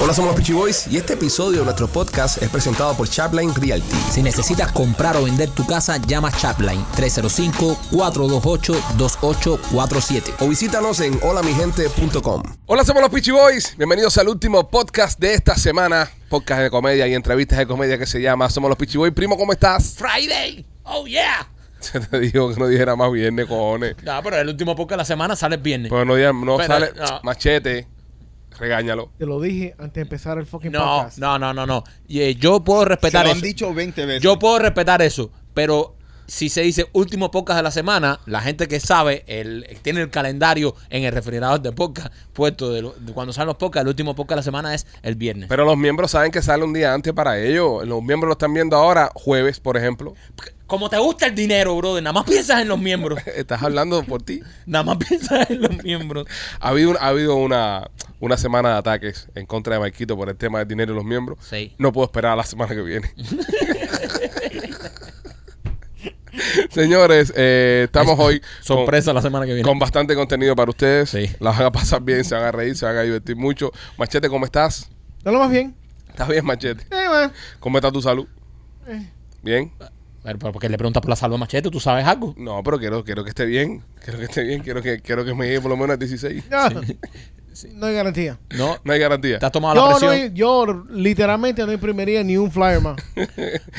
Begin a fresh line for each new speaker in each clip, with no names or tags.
Hola, somos los Peachy Boys y este episodio de nuestro podcast es presentado por Chapline Realty.
Si necesitas comprar o vender tu casa, llama Chapline 305-428-2847.
O visítanos en holamigente.com. Hola, somos los Peachy Boys. Bienvenidos al último podcast de esta semana. Podcast de comedia y entrevistas de comedia que se llama Somos los Peachy Boys. Primo, ¿cómo estás?
Friday. Oh yeah.
Se te dijo que no dijera más viernes, cojones.
No, pero el último podcast de la semana sale el viernes.
Pero no, digas- no
Pero,
sale
no.
machete. Regáñalo.
Te lo dije antes de empezar el fucking
No,
podcast.
no, no, no, no. Y, eh, Yo puedo
Se
respetar
lo
eso.
han dicho 20 veces.
Yo puedo respetar eso, pero si se dice último podcast de la semana, la gente que sabe, el, tiene el calendario en el refrigerador de podcast puesto de, lo- de cuando salen los podcasts, el último podcast de la semana es el viernes.
Pero los miembros saben que sale un día antes para ellos. Los miembros lo están viendo ahora, jueves, por ejemplo.
Como te gusta el dinero, brother, nada más piensas en los miembros.
Estás hablando por ti.
Nada más piensas en los miembros.
Ha habido, un- ha habido una, una semana de ataques en contra de Marquito por el tema del dinero y los miembros.
Sí.
No puedo esperar a la semana que viene. Señores, eh, estamos hoy con-
Sorpresa la semana que viene.
con bastante contenido para ustedes.
Sí.
La van a pasar bien, se van a reír, se van a divertir mucho. Machete, ¿cómo estás?
No lo más bien.
¿Estás bien, Machete?
Eh, man.
¿Cómo está tu salud?
Eh.
¿Bien?
Pero, pero porque le preguntas por la salud a machete, ¿tú sabes algo?
No, pero quiero, quiero que esté bien. Quiero que esté bien. Quiero que, quiero que me llegue por lo menos a 16.
No. No hay garantía.
No,
No hay garantía.
te has tomado la
Yo, no,
presión.
hay- yo literalmente no imprimiría ni un flyer más.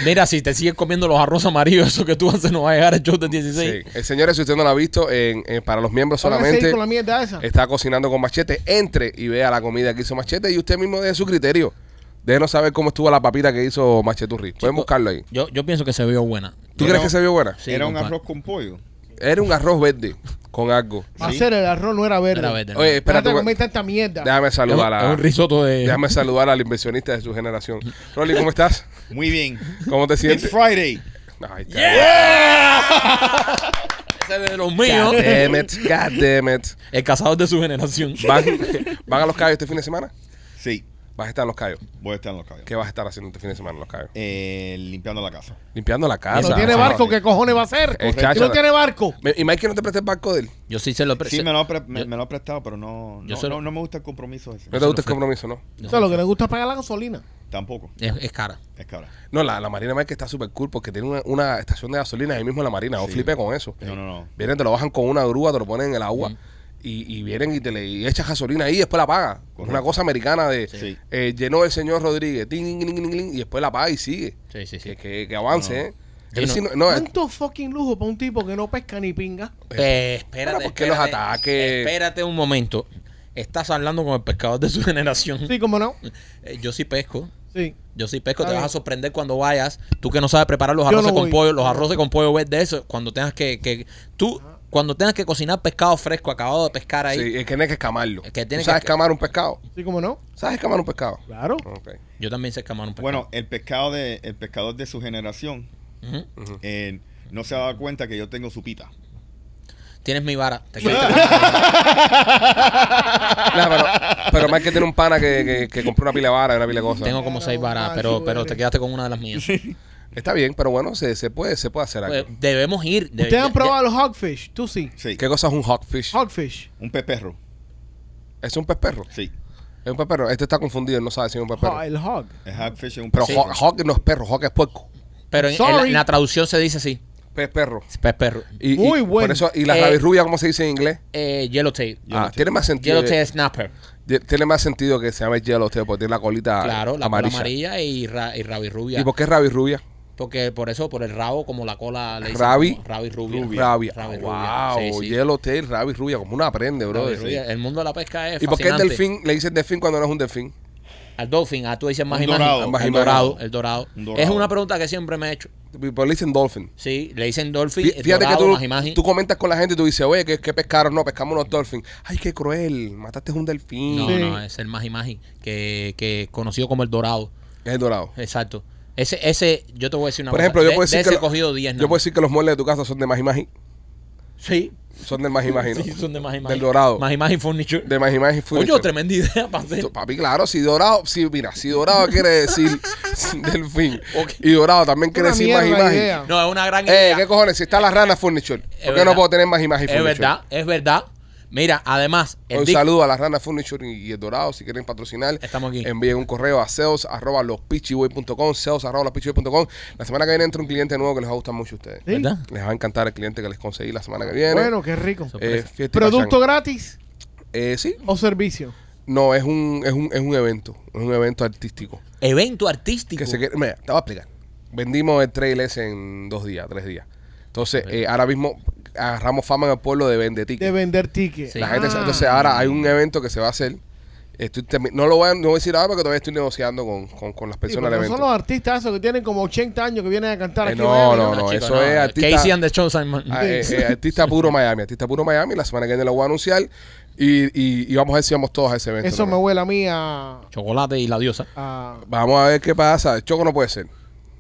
Mira, si te sigues comiendo los arroz amarillos, eso que tú haces no va a llegar al show de 16.
Sí. Eh, señores, si usted no lo ha visto, en- en- para los miembros
Van a seguir
solamente
con la mierda esa.
está cocinando con machete. Entre y vea la comida que hizo machete y usted mismo de su criterio. Déjenos saber cómo estuvo la papita que hizo Macheturri. Pueden buscarlo ahí.
Yo, yo pienso que se vio buena.
¿Tú
Yo
crees
no-
que se vio buena?
Sí,
Era un
compadre.
arroz con pollo.
Era un arroz verde con algo.
Va a ser el arroz no era verde.
Era verde.
Oye, Eh,
Espérate,
espérate. pues.
comer tanta mierda.
Déjame
Es un,
saludar
es
a
un risotto de.
Déjame saludar al inversionista de su generación. Rolly, ¿cómo estás?
Muy bien.
¿Cómo te
It's
sientes?
Friday.
Ay, cabrón.
Ese de los míos.
God damn it, God damn it.
El cazador de su generación.
¿Van, van a los callos este fin de semana?
Sí,
Vas a estar en los callos.
voy a estar en los caballos.
¿Qué vas a estar haciendo este fin de semana en los callos?
Eh, limpiando la casa.
Limpiando la
Si
casa.
no tiene
Sí,
barco,
sí.
¿qué cojones va a hacer?
Eh,
Si
chacho,
no tiene barco.
Me- Y Mike no te presta el barco de él.
Yo sí se lo
Sí,
presté.
me lo, ha pre- me, me lo ha prestado, pero no,
Yo
no,
se lo-
no, no me gusta el compromiso ese.
No te gusta el compromiso, ¿no?
O sea, lo que le gusta es pagar la gasolina.
Tampoco.
es, es cara.
Es cara.
No, la, la Marina Mike está súper cool porque tiene una, una estación de gasolina ahí mismo en la Marina. No
Sí.
flipé con eso.
No, no, no.
Vienen, te lo bajan con una grúa, te lo ponen en el agua. Y, y vienen y te le y echas gasolina ahí y después la pagas.
Correcto.
Una cosa americana de
Sí.
eh, llenó el señor Rodríguez tin, tin, tin, tin, tin, y después la paga y sigue.
Sí, sí, sí.
Que, que- que avance,
No.
¿eh?
Sí,
Él
no.
sí no- no, es-
Tanto fucking lujo para un tipo que no pesca ni pinga.
Eh, espérate.
Bueno, ¿por qué
espérate,
los ataques?
Espérate un momento. Estás hablando con el pescador de su generación.
Sí, cómo no.
Eh, yo sí pesco.
Sí.
Yo sí pesco,
Está
te
bien.
vas a sorprender cuando vayas. Tú que no sabes preparar los
Yo
arroces
no
con
voy.
pollo, los arroces con pollo verde, eso, cuando tengas que, que tú, cuando tengas que cocinar pescado fresco, acabado de pescar ahí.
sí, es que tienes que escamarlo.
Es que tiene
¿Tú sabes
que-
escamar un pescado?
Sí, cómo no.
¿Sabes escamar un pescado?
Claro.
Ok.
Yo también sé escamar un pescado.
Bueno, el pescado de, el pescador de su generación
Ujú.
eh, no se ha dado cuenta que yo tengo su pita.
Tienes mi vara. Te quedaste-
Nah, pero, pero Mike tiene un pana que, que- que compró una pila de vara y una pila de cosas.
tengo como seis varas,
Ah,
pero,
sí,
pero
vale.
te quedaste con una de las mías.
Está bien, pero bueno, se, se puede se puede hacer
Pues,
algo.
debemos ir. debe-
Ustedes
ya-
han probado los hogfish. Tú sí.
Sí.
¿Qué cosa es un hogfish?
Hogfish.
Un peperro.
¿Es un pez perro?
Sí.
Es un pez perro. Este está confundido, él no sabe si es un pez perro.
Ah, el hog.
El hogfish es un
Pero
pez
hog, hog no es perro, hog es puerco.
ya- pero en, en la,
Sorry.
en la traducción se dice así:
Pez perro.
pez perro.
Y, y
Muy bueno.
Por eso, ¿Y la
Eh,
rabirrubia cómo se dice en inglés?
Eh, yellowtail.
Ah, tiene más sentido.
Yellowtail snapper.
ye- tiene más sentido que se llame Yellowtail porque tiene la colita
Claro,
Ah,
la cola
amarilla.
amarilla y, ra, y rabirrubia.
¿Y por qué es rabirrubia?
Porque por eso, por el rabo, como la cola le dicen,
Rabi.
como Rabi rubia.
Rabia.
Rabi
wow,
rubia. Sí, sí.
Yellowtail, rabirrubia, como una aprende, bro.
Rabi rubia. El mundo de la pesca es
¿Y por qué el
fascinante.
delfín le dicen delfín cuando no es un delfín?
Al dolphin. Ah, tú dices más
Un
imagen.
dorado.
El
Un
dorado.
dorado.
El dorado.
Un dorado.
Es una pregunta que siempre me he hecho.
Pero le dicen dolphin.
Sí, le dicen dolphin,
Fí-
el
Fíjate que
dorado,
tú,
más imagen.
tú comentas con la gente y tú dices, oye, ¿qué, qué pescaron? No, pescamos unos dolphins. Ay, qué cruel, mataste un delfín.
No,
Sí.
no, es el más imagen, que, que conocido como el dorado.
Es el dorado.
Exacto. Ese, ese, yo te voy a decir una
Por
cosa.
ejemplo, yo
De-
puedo
de
decir,
ese
que lo-
cogido 10
yo
nada
puedo
más.
decir que los muebles de tu casa son de más imagen.
Sí.
Son del más imagen.
Sí, son de más imagen.
Del dorado.
Más imagen furniture.
De más imagen
Coño, tremenda idea para hacer.
Papi, claro, si dorado, si, mira, si dorado quiere decir delfín.
Ok.
Y dorado también quiere
Una
decir más
mierda
imagen.
idea.
No, es una gran
Eh,
idea.
¿qué cojones? Si está la rana furniture, ¿por qué
verdad.
no puedo tener más imagen
Es
furniture?
verdad, es verdad. Mira, además, el
Un
Dick-
saludo a la Rana Furniture y El Dorado. Si quieren patrocinar,
Estamos aquí.
envíen un correo a sales arroba lospitchyboy.com, sales arroba lospitchyboy.com. La semana que viene entra un cliente nuevo que les va a gustar mucho a ustedes.
Sí.
¿Verdad?
Les va a encantar el cliente que les conseguí la semana que viene.
Bueno, qué rico.
So-
Eh, fiesta y
¿Producto
pachanga.
gratis
Eh, sí.
o servicio?
No, es un, es un, es un evento. Es un evento artístico.
Evento artístico.
Que se quiere- mira, te voy a explicar. Vendimos el trail ese en dos días, tres días. Entonces, eh, ahora mismo agarramos fama en el pueblo de Vendetique.
De vender tickets.
Sí.
La gente se-
Ah.
entonces ahora hay un evento que se va a hacer. Estoy termi- no lo voy a, no voy a decir ahora porque todavía estoy negociando con, con- con las
Sí,
personas
porque
del
no
evento.
son los artistas esos que tienen como 80 años que vienen a cantar
pues, Eh,
aquí.
no,
Miami,
no,
Ah,
no. eso es artista-
Casey and the Chosen Man.
Ah, eh, eh, artista puro Miami, artista puro Miami. La semana que viene lo voy a anunciar y, y- y vamos a ver si vamos todos a ese evento.
Eso me
también.
huele a mí a...
Chocolate y la diosa.
a-
Vamos a ver qué pasa. Choco no puede ser.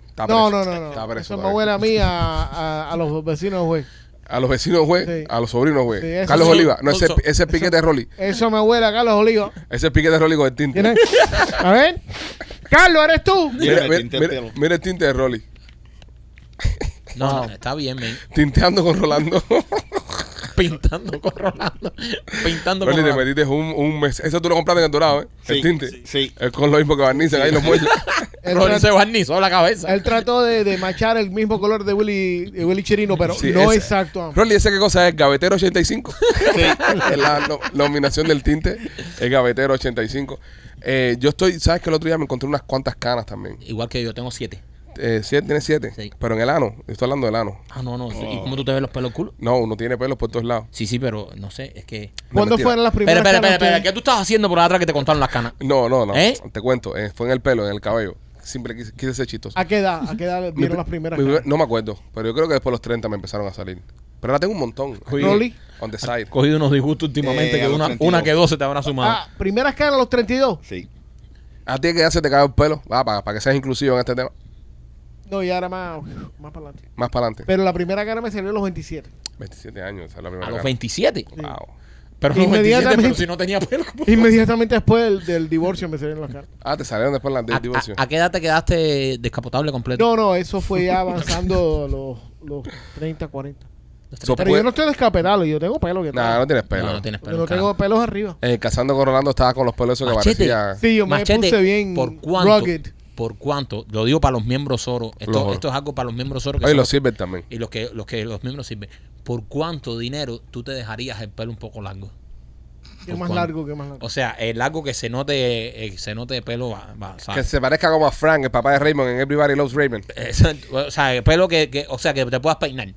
Está
No,
preso.
no, no,
Está
no.
preso eh.
Eso me
todavía.
huele a mí a, a, a los vecinos, güey.
A los vecinos, güey.
Sí.
A los sobrinos, güey.
Sí, eso
Carlos
sí.
Oliva. No, ese,
Eso-
ese es piquete de Rolly.
Eso me huele a Carlos Oliva.
Ese es piquete de Rolly con el tinte.
¿Tienes? A ver. Carlos, ¿eres tú?
Mira,
Mírame,
mira,
tinte
mira-
pelo.
mira el tinte de Rolly.
No, no, está bien, men.
Tinteando con Rolando.
Pintando con Rolando. Pintando con
Rolly, te
Rolando.
metiste un, un mes. Eso tú lo compraste en el dorado, ¿eh?
Sí,
el tinte.
sí, sí.
Es con lo mismo que barnizan ahí los muebles.
Él,
Rolly se
trató,
barnizó la cabeza.
él trató de, de machar el mismo color de Willy, de Willy Chirino, pero
Sí,
no
ese-
exacto.
Rolly, ¿ese qué cosa es? Gavetero 85. es la no- nominación del tinte. El Gavetero 85. Eh, yo estoy, ¿sabes que El otro día me encontré unas cuantas canas también.
Igual que yo, tengo siete.
Eh, siete, tiene siete.
Sí.
Pero en el ano. Yo Estoy hablando del ano.
Ah, no, no. ¿Y cómo tú te ves los pelos culo?
No, uno tiene pelos por todos lados.
Sí, sí, pero no sé, es que.
No,
¿Cuándo
mentira.
fueron las
Espera,
primeras?
espera, espera,
canas
espera. ¿Qué
tuyas?
tú estabas haciendo por atrás que te contaron las canas?
No, no, no.
¿Eh?
Te cuento. eh, fue en el pelo, en el cabello. Siempre quise, quise ser chistoso.
¿A qué edad? ¿A qué edad
Mi
vieron
pri-
las primeras?
mi pri-
canas?
no me acuerdo, pero yo creo que después de los 30 me empezaron a salir. Pero ahora tengo un montón.
Rolly.
On the side.
Cogido unos disgustos últimamente
Eh, a
que
los
una,
32.
una que dos se te habrán sumado.
Ah, primeras canas a los 32.
Sí.
A ti que ya se te cae el pelo, va, para, para que seas inclusivo en este tema.
No, y ahora más, más para adelante.
Más para adelante.
Pero la primera cara me salió a los 27.
27 años, esa es la
a
primera
los
cara.
27.
Wow.
Pero a los 27,
Inmediatamente.
pero si no tenía pelo. ¿cómo?
Inmediatamente después del, del divorcio me salieron las caras.
Ah, te salieron después la, del divorcio.
¿A, a- a qué edad te quedaste descapotable completo?
No, no, eso fue ya avanzando los, los 30, 40.
So,
Pero
pues-
yo no estoy descapetado, yo tengo pelo que
Nah, no tienes
No,
pelo.
no tienes
Yo
pelo.
no
carajo.
tengo pelos arriba.
Eh, Casando con Rolando estaba con los pelos esos que
Machete.
parecía.
Sí, yo me
Machete,
puse bien
¿por cuánto?
rugged.
¿Por cuánto? Lo digo para los miembros oro.
Los
Esto,
oro.
esto es algo para los miembros oro. que
Oye,
son
los Silver también.
y los que, los que los miembros sirven. ¿Por cuánto dinero tú te dejarías el pelo un poco largo?
Que
¿Por
más
cuánto?
largo, que más largo.
O sea, el largo que se note, eh, se note pelo, va- va,
Que
¿sabes?
se parezca como a Frank, el papá de Raymond en Everybody Loves Raymond.
Exacto. O sea, el pelo que, que- o sea, que te puedas peinar.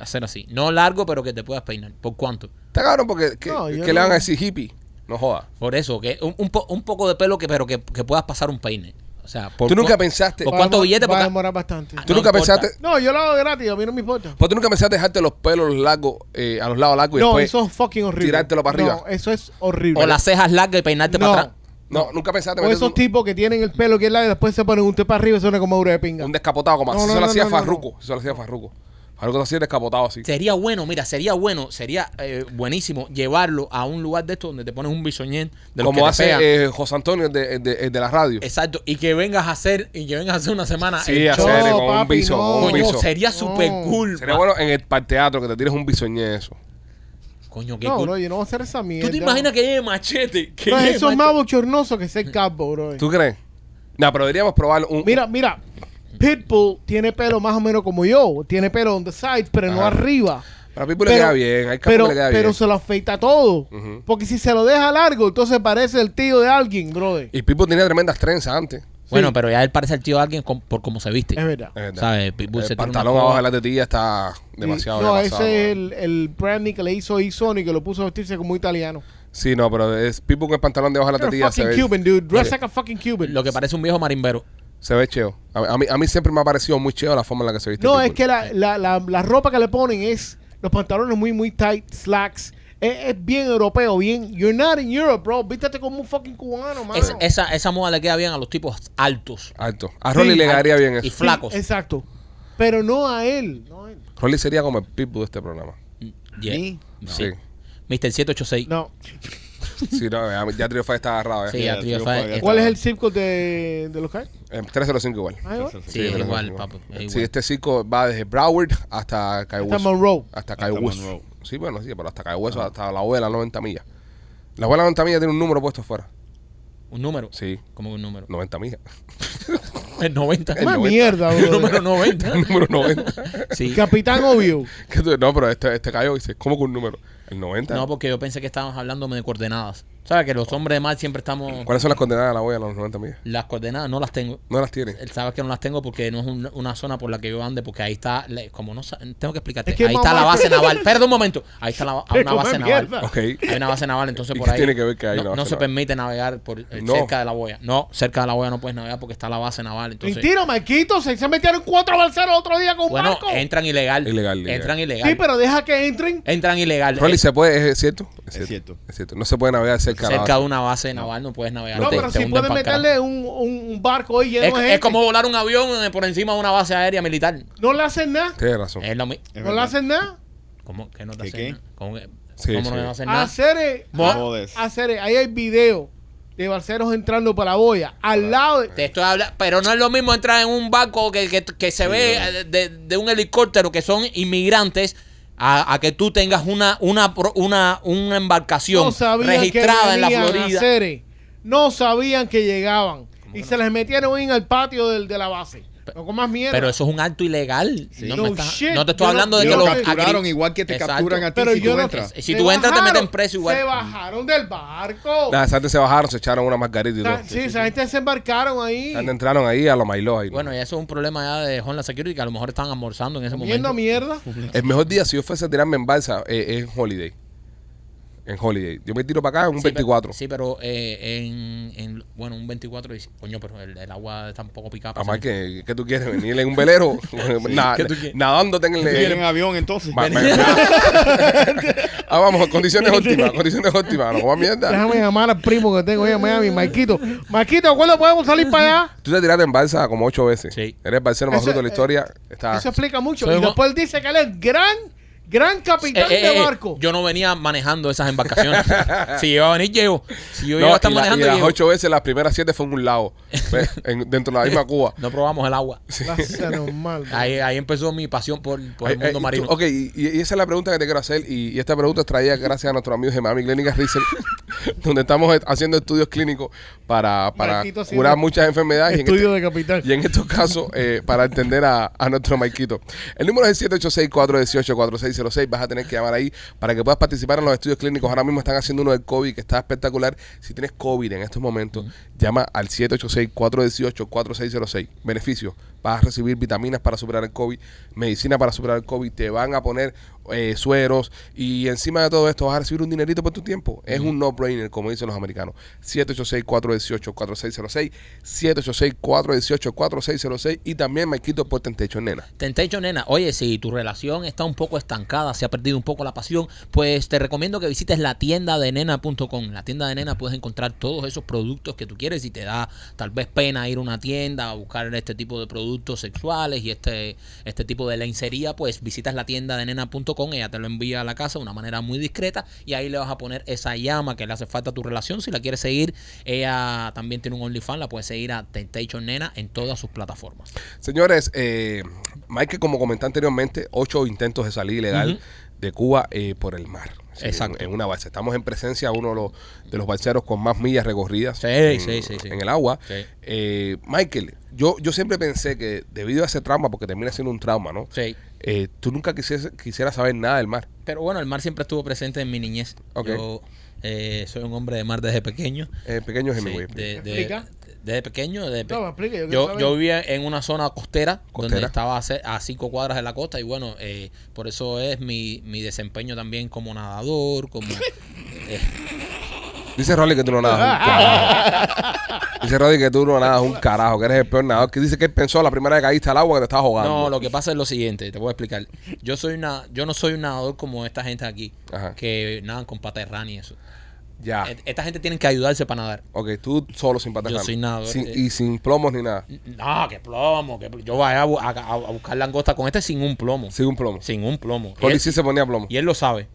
Hacer así. No largo, pero que te puedas peinar. ¿Por cuánto?
Está cabrón porque que,
No, yo
que le
no-
van a decir hippie. No joda.
Por eso, que un, un, po- un poco de pelo, que, pero que, que puedas pasar un peine. O sea, por
Tú
cu-
nunca pensaste.
¿Por
Va a
cuánto
demor-
billete?
Va a
Porque-
demorar bastante.
Ah,
Tú
no
nunca
importa.
pensaste.
No, yo lo hago gratis, a mí no me importa.
Porque tú nunca pensaste dejarte los pelos largos, eh, a los lados largos y
No,
después.
eso es fucking horrible.
tirártelo para arriba.
No, eso es horrible.
O las cejas largas y peinarte
No.
para atrás.
No, nunca pensaste
O
meterte
esos
un-
tipos que tienen el pelo que es largo y después se ponen un té para arriba y suena como duro de pinga.
un descapotado como
No,
así.
no,
Eso lo
no,
hacía
no, no,
Farruco. Eso lo hacía Farruco. Farruco lo hacía descapotado así.
Sería bueno, mira, sería bueno, sería eh, buenísimo llevarlo a un lugar de estos donde te pones un bisoñén de los que
Como
te
hace
pegan.
eh, José Antonio el de, el de- el de la radio.
Exacto, y que vengas a hacer y que vengas a hacer una semana
Sí,
el
hacer
show.
eh, con un
papi,
piso.
no.
con un
Coño,
piso.
sería
No.
super cool.
Sería
pa-
bueno en el parteatro que te tires un bisoñé eso.
Coño, qué
No,
cool.
bro, yo no voy a hacer esa mierda.
¿Tú te imaginas que lleve machete? Que
No,
lleve
eso es más
machete?
bochornoso que ser capo, bro.
¿Tú crees? No, pero deberíamos probar un.
Mira, mira. Pitbull tiene pelo más o menos como yo. Tiene pelo on the side, pero no
Ajá.
arriba.
Para Pipo le queda bien. Hay campos
pero,
que le queda
pero
bien.
se lo afeita todo.
Ujú.
Porque si se lo deja largo, entonces parece el tío de alguien, brother.
Y Pipo tenía tremendas trenzas antes.
Bueno,
Sí.
pero ya él parece el tío de alguien con- por cómo se viste.
Es verdad.
Es verdad.
¿Sabes? Pitbull se
El
tira una
pantalón
cola.
abajo de la tetilla está
Sí.
demasiado.
No,
demasiado,
ese
eh.
es el, el branding que le hizo E. Sony que lo puso a vestirse como italiano.
Sí, no, pero es Pipo con el pantalón debajo de la
You're a
tetilla se
fucking
ve,
Cuban, dude. Dress like a fucking Cuban.
Lo que parece un viejo marimbero.
se ve cheo. A, a mí, a mí siempre me ha parecido muy cheo la forma en la que se viste.
No,
Pitbull.
es que la, la, la, la ropa que le ponen es los pantalones muy, muy tight, slacks. Es, es bien europeo, bien. You're not in Europe, bro. Vístete como un fucking cubano, mano.
Es- esa, esa moda le queda bien a los tipos altos.
Alto. A Rolly le quedaría bien
Y
eso.
flacos.
Sí, exacto. Pero no a él. No, a él.
Rolly sería como el Pitbull de este programa.
Yeah.
¿Sí?
No.
Sí.
Mr. 786.
No.
Sí, no, ya, ya Trio Five está agarrado. ¿eh?
Sí, ya,
Ya,
tío,
tío,
fa-
fa-
eh,
¿Cuál es el circo de, de los que hay?
Eh, 305 igual.
Ah, igual.
Sí,
es
igual, papo, es
Sí,
igual.
este circo va desde Broward hasta Cayo
Hasta Monroe.
Hasta
Hasta
Cayo
Monroe.
Sí, bueno, sí, pero hasta cae hueso,
Ah.
hasta la abuela 90 millas. La abuela 90 millas tiene un número puesto afuera.
¿Un número?
Sí,
¿Cómo que un número?
90 millas.
El 90.
El
Una
90.
mierda,
El
bro.
número 90.
El número 90.
Sí.
Capitán Obvio.
Que tú- no, pero este, este cayó y dice, ¿cómo que un número? El 90.
No, porque yo pensé que estábamos hablando de coordenadas. ¿Sabes que los hombres de mar siempre estamos...
¿Cuáles son las coordenadas de la abuela a los 90 millas?
Las coordenadas no las tengo.
No las tiene.
Él sabe que no las tengo porque no es un- una zona por la que yo ande, porque ahí está, la- como no sa- tengo que explicarte,
Es que
ahí está
mamá-
la base naval. Espérate un momento, ahí está la, hay una
come
base naval.
mierda.
Ok.
Hay una base naval, entonces
¿Y
por
qué
ahí.
tiene que ver que hay
no,
una base
no se
naval?
permite navegar por eh,
No.
cerca de la boya. No, cerca de la boya no puedes navegar porque está la base naval. Entonces,
Mentira, Marquito. Se, se metieron cuatro balseros el otro día con un
bueno,
barco.
entran ilegal.
Ilegal, ilegal.
Entran ilegal.
Sí, pero deja que entren.
Entran ilegal.
Rolly,
Eh,
¿se puede? ¿Es cierto?
Es cierto.
Es cierto. No se puede navegar cerca, de la
cerca
base.
de una base naval no puedes navegar.
No,
te-
pero
te
si
hunden
pueden
pa'l carajo.
meterle un, un, un barco ahí lleno de
Es,
gente.
es como volar un avión eh, por encima de una base aérea militar.
No le hacen nada.
Tienes razón.
Es lo mismo.
Es
No le
verdad.
hacen nada.
¿Cómo que no te
¿Qué,
hacen
qué?
nada? ¿Cómo, que-
Sí,
cómo
sí.
no me
Ah,
hacen nada?
Hacer,
Bo-
Jodes.
hacer, ahí hay video de balseros entrando para la boya.
Ah.
Al lado de.
Te estoy hablando, pero no es lo mismo entrar en un barco que, que- que se ve eh, de, de un helicóptero que son inmigrantes a, a que tú tengas una una pro- una, una embarcación
no sabían
registrada
que
en la
venían
Florida.
hacer. no sabían que llegaban. Y se les metieron en al patio del, de la base. No comas mierda.
Pero eso es un acto ilegal. No,
No
me estás-
shit,
no te estoy
yo no-
hablando de
Y
yo
que
lo
los
capturaron
agri-
igual que te
Exacto.
capturan a ti
Pero
si
yo
tú
no-
entras.
Si
se
tú entras, te
bajaron,
meten preso igual.
Se bajaron del barco.
Nada, esa gente se bajaron, se echaron una margarita y
O
todo.
sea, Ah, sí, esa gente se embarcaron ahí.
Esa gente entraron ahí a los mailos ahí. ¿no?
Bueno, y eso es un problema ya de Homeland Security que a lo mejor están almorzando en ese
Comiendo
momento.
mierda.
El mejor día, si yo fuese a tirarme en balsa, eh, es en Holiday. En Holiday. Yo me tiro para acá en un
Sí,
24.
pero- sí, pero eh, en, en- bueno, un 24 dice, coño, pero el, el agua está un poco picada. para
Además,
salir".
que, que tú quieres venir en un velero, Na-
¿qué tú quieres?
nadándote en el.
Vienen en avión entonces.
Ma- ma- ah, vamos, condiciones óptimas, condiciones óptimas, no como mierda.
Déjame llamar al primo que tengo ahí en Miami, Marquito. Marquito, ¿cuándo podemos salir para allá?
Tú te tiraste en balsa como ocho veces.
Sí.
Eres el balsero más
Eso- eh,
bruto de la historia. Está,
Eso explica mucho.
Soy
Y
un-
después él dice que él es gran, gran
Eh,
capitán
eh, eh,
de
eh,
barco.
yo no venía manejando esas embarcaciones. si yo iba a venir, llego. Si yo iba
No,
a estar
y la-
manejando,
y las
llego.
ocho veces, las primeras siete fue en un lado. Fue en- dentro de la misma Cuba.
No probamos el agua.
Clase normal. bro.
Ahí, ahí empezó mi pasión por, por el
Ay, ay,
mundo
tú-
marino.
ok, Eh, y, y esa es la pregunta que te quiero hacer. Y, y esta pregunta es traída gracias a nuestros amigos de Miami Clinic Research, donde estamos est- haciendo estudios clínicos para, para
Marquito haciendo
curar muchas enfermedades. y en
Estudio
este-
de capitán.
y en estos casos, eh, para entender a, a nuestro Maikito. El número es el 786-418-4606. Vas a tener que llamar ahí para que puedas participar en los estudios clínicos. Ahora mismo están haciendo uno del COVID que está espectacular. Si tienes COVID en estos momentos, llama al 786-418-4606. Beneficio. Vas a recibir vitaminas para superar el COVID, medicina para superar el COVID. Te van a poner eh, sueros y encima de todo esto vas a recibir un dinerito por tu tiempo. Es un no-brainer, como dicen los americanos. 786-418-4606. 786-418-4606. Y también Maikito Portentecho, nena.
Te Temptation, nena, oye, si tu relación está un poco estancada, se ha perdido un poco la pasión, pues te recomiendo que visites la tienda de nena.com. En la tienda de nena puedes encontrar todos esos productos que tú quieres y te da tal vez pena ir a una tienda a buscar este tipo de productos sexuales y este, este tipo de lencería, pues visitas la tienda de nena.com, ella te lo envía a la casa de una manera muy discreta y ahí le vas a poner esa llama que le hace falta a tu relación. Si la quieres seguir, ella también tiene un OnlyFans, la puedes seguir a Temptation Nena en todas sus plataformas.
Señores, eh, Mike, como comenté anteriormente, ocho intentos de salir ilegal de Cuba eh, por el mar. Sí,
Exacto.
En, en una balsa. Estamos en presencia de uno de los, de los balseros con más millas recorridas
Sí,
en,
sí, sí, sí.
en el agua.
Sí.
Eh, Michael, yo, yo siempre pensé que debido a ese trauma, porque termina siendo un trauma, ¿no?
Sí.
Eh, tú nunca quisieras, quisieras saber nada del mar.
Pero bueno, el mar siempre estuvo presente en mi niñez.
Ok.
Yo eh, soy un hombre de mar desde pequeño.
Eh, pequeño es
Sí,
Hemingway.
de- de-
¿Explica?
desde pequeño. desde pe-
No, me explique, yo quiero
este- yo,
saber.
yo vivía en una zona costera, donde
Costera.
estaba a, ce- a cinco cuadras de la costa y bueno, eh, por eso es mi, mi desempeño también como nadador, como... eh,
Dice Rolly que tú no nadas un carajo. Dice Rolly que tú no nadas un carajo, que eres el peor nadador. Que dice que él pensó la primera vez que caíste al agua que te estabas jugando.
No, lo que pasa es lo siguiente, te voy a explicar. Yo soy una, yo no soy un nadador como esta gente aquí,
Ajá. Ah.
que nadan con pata de rana y eso.
Ya.
Et- Esta gente tienen que ayudarse para nadar.
Ok, tú solo sin patas
Yo
grandes.
soy nadador,
Sin-
eh.
Y sin plomos ni nada.
No, que plomo, que pl- yo vaya a, bu- a- a- a buscar langosta con este sin un plomo.
Sin un plomo.
Sin un plomo. Y
Rolly
él,
sí se ponía plomo.
y él lo sabe.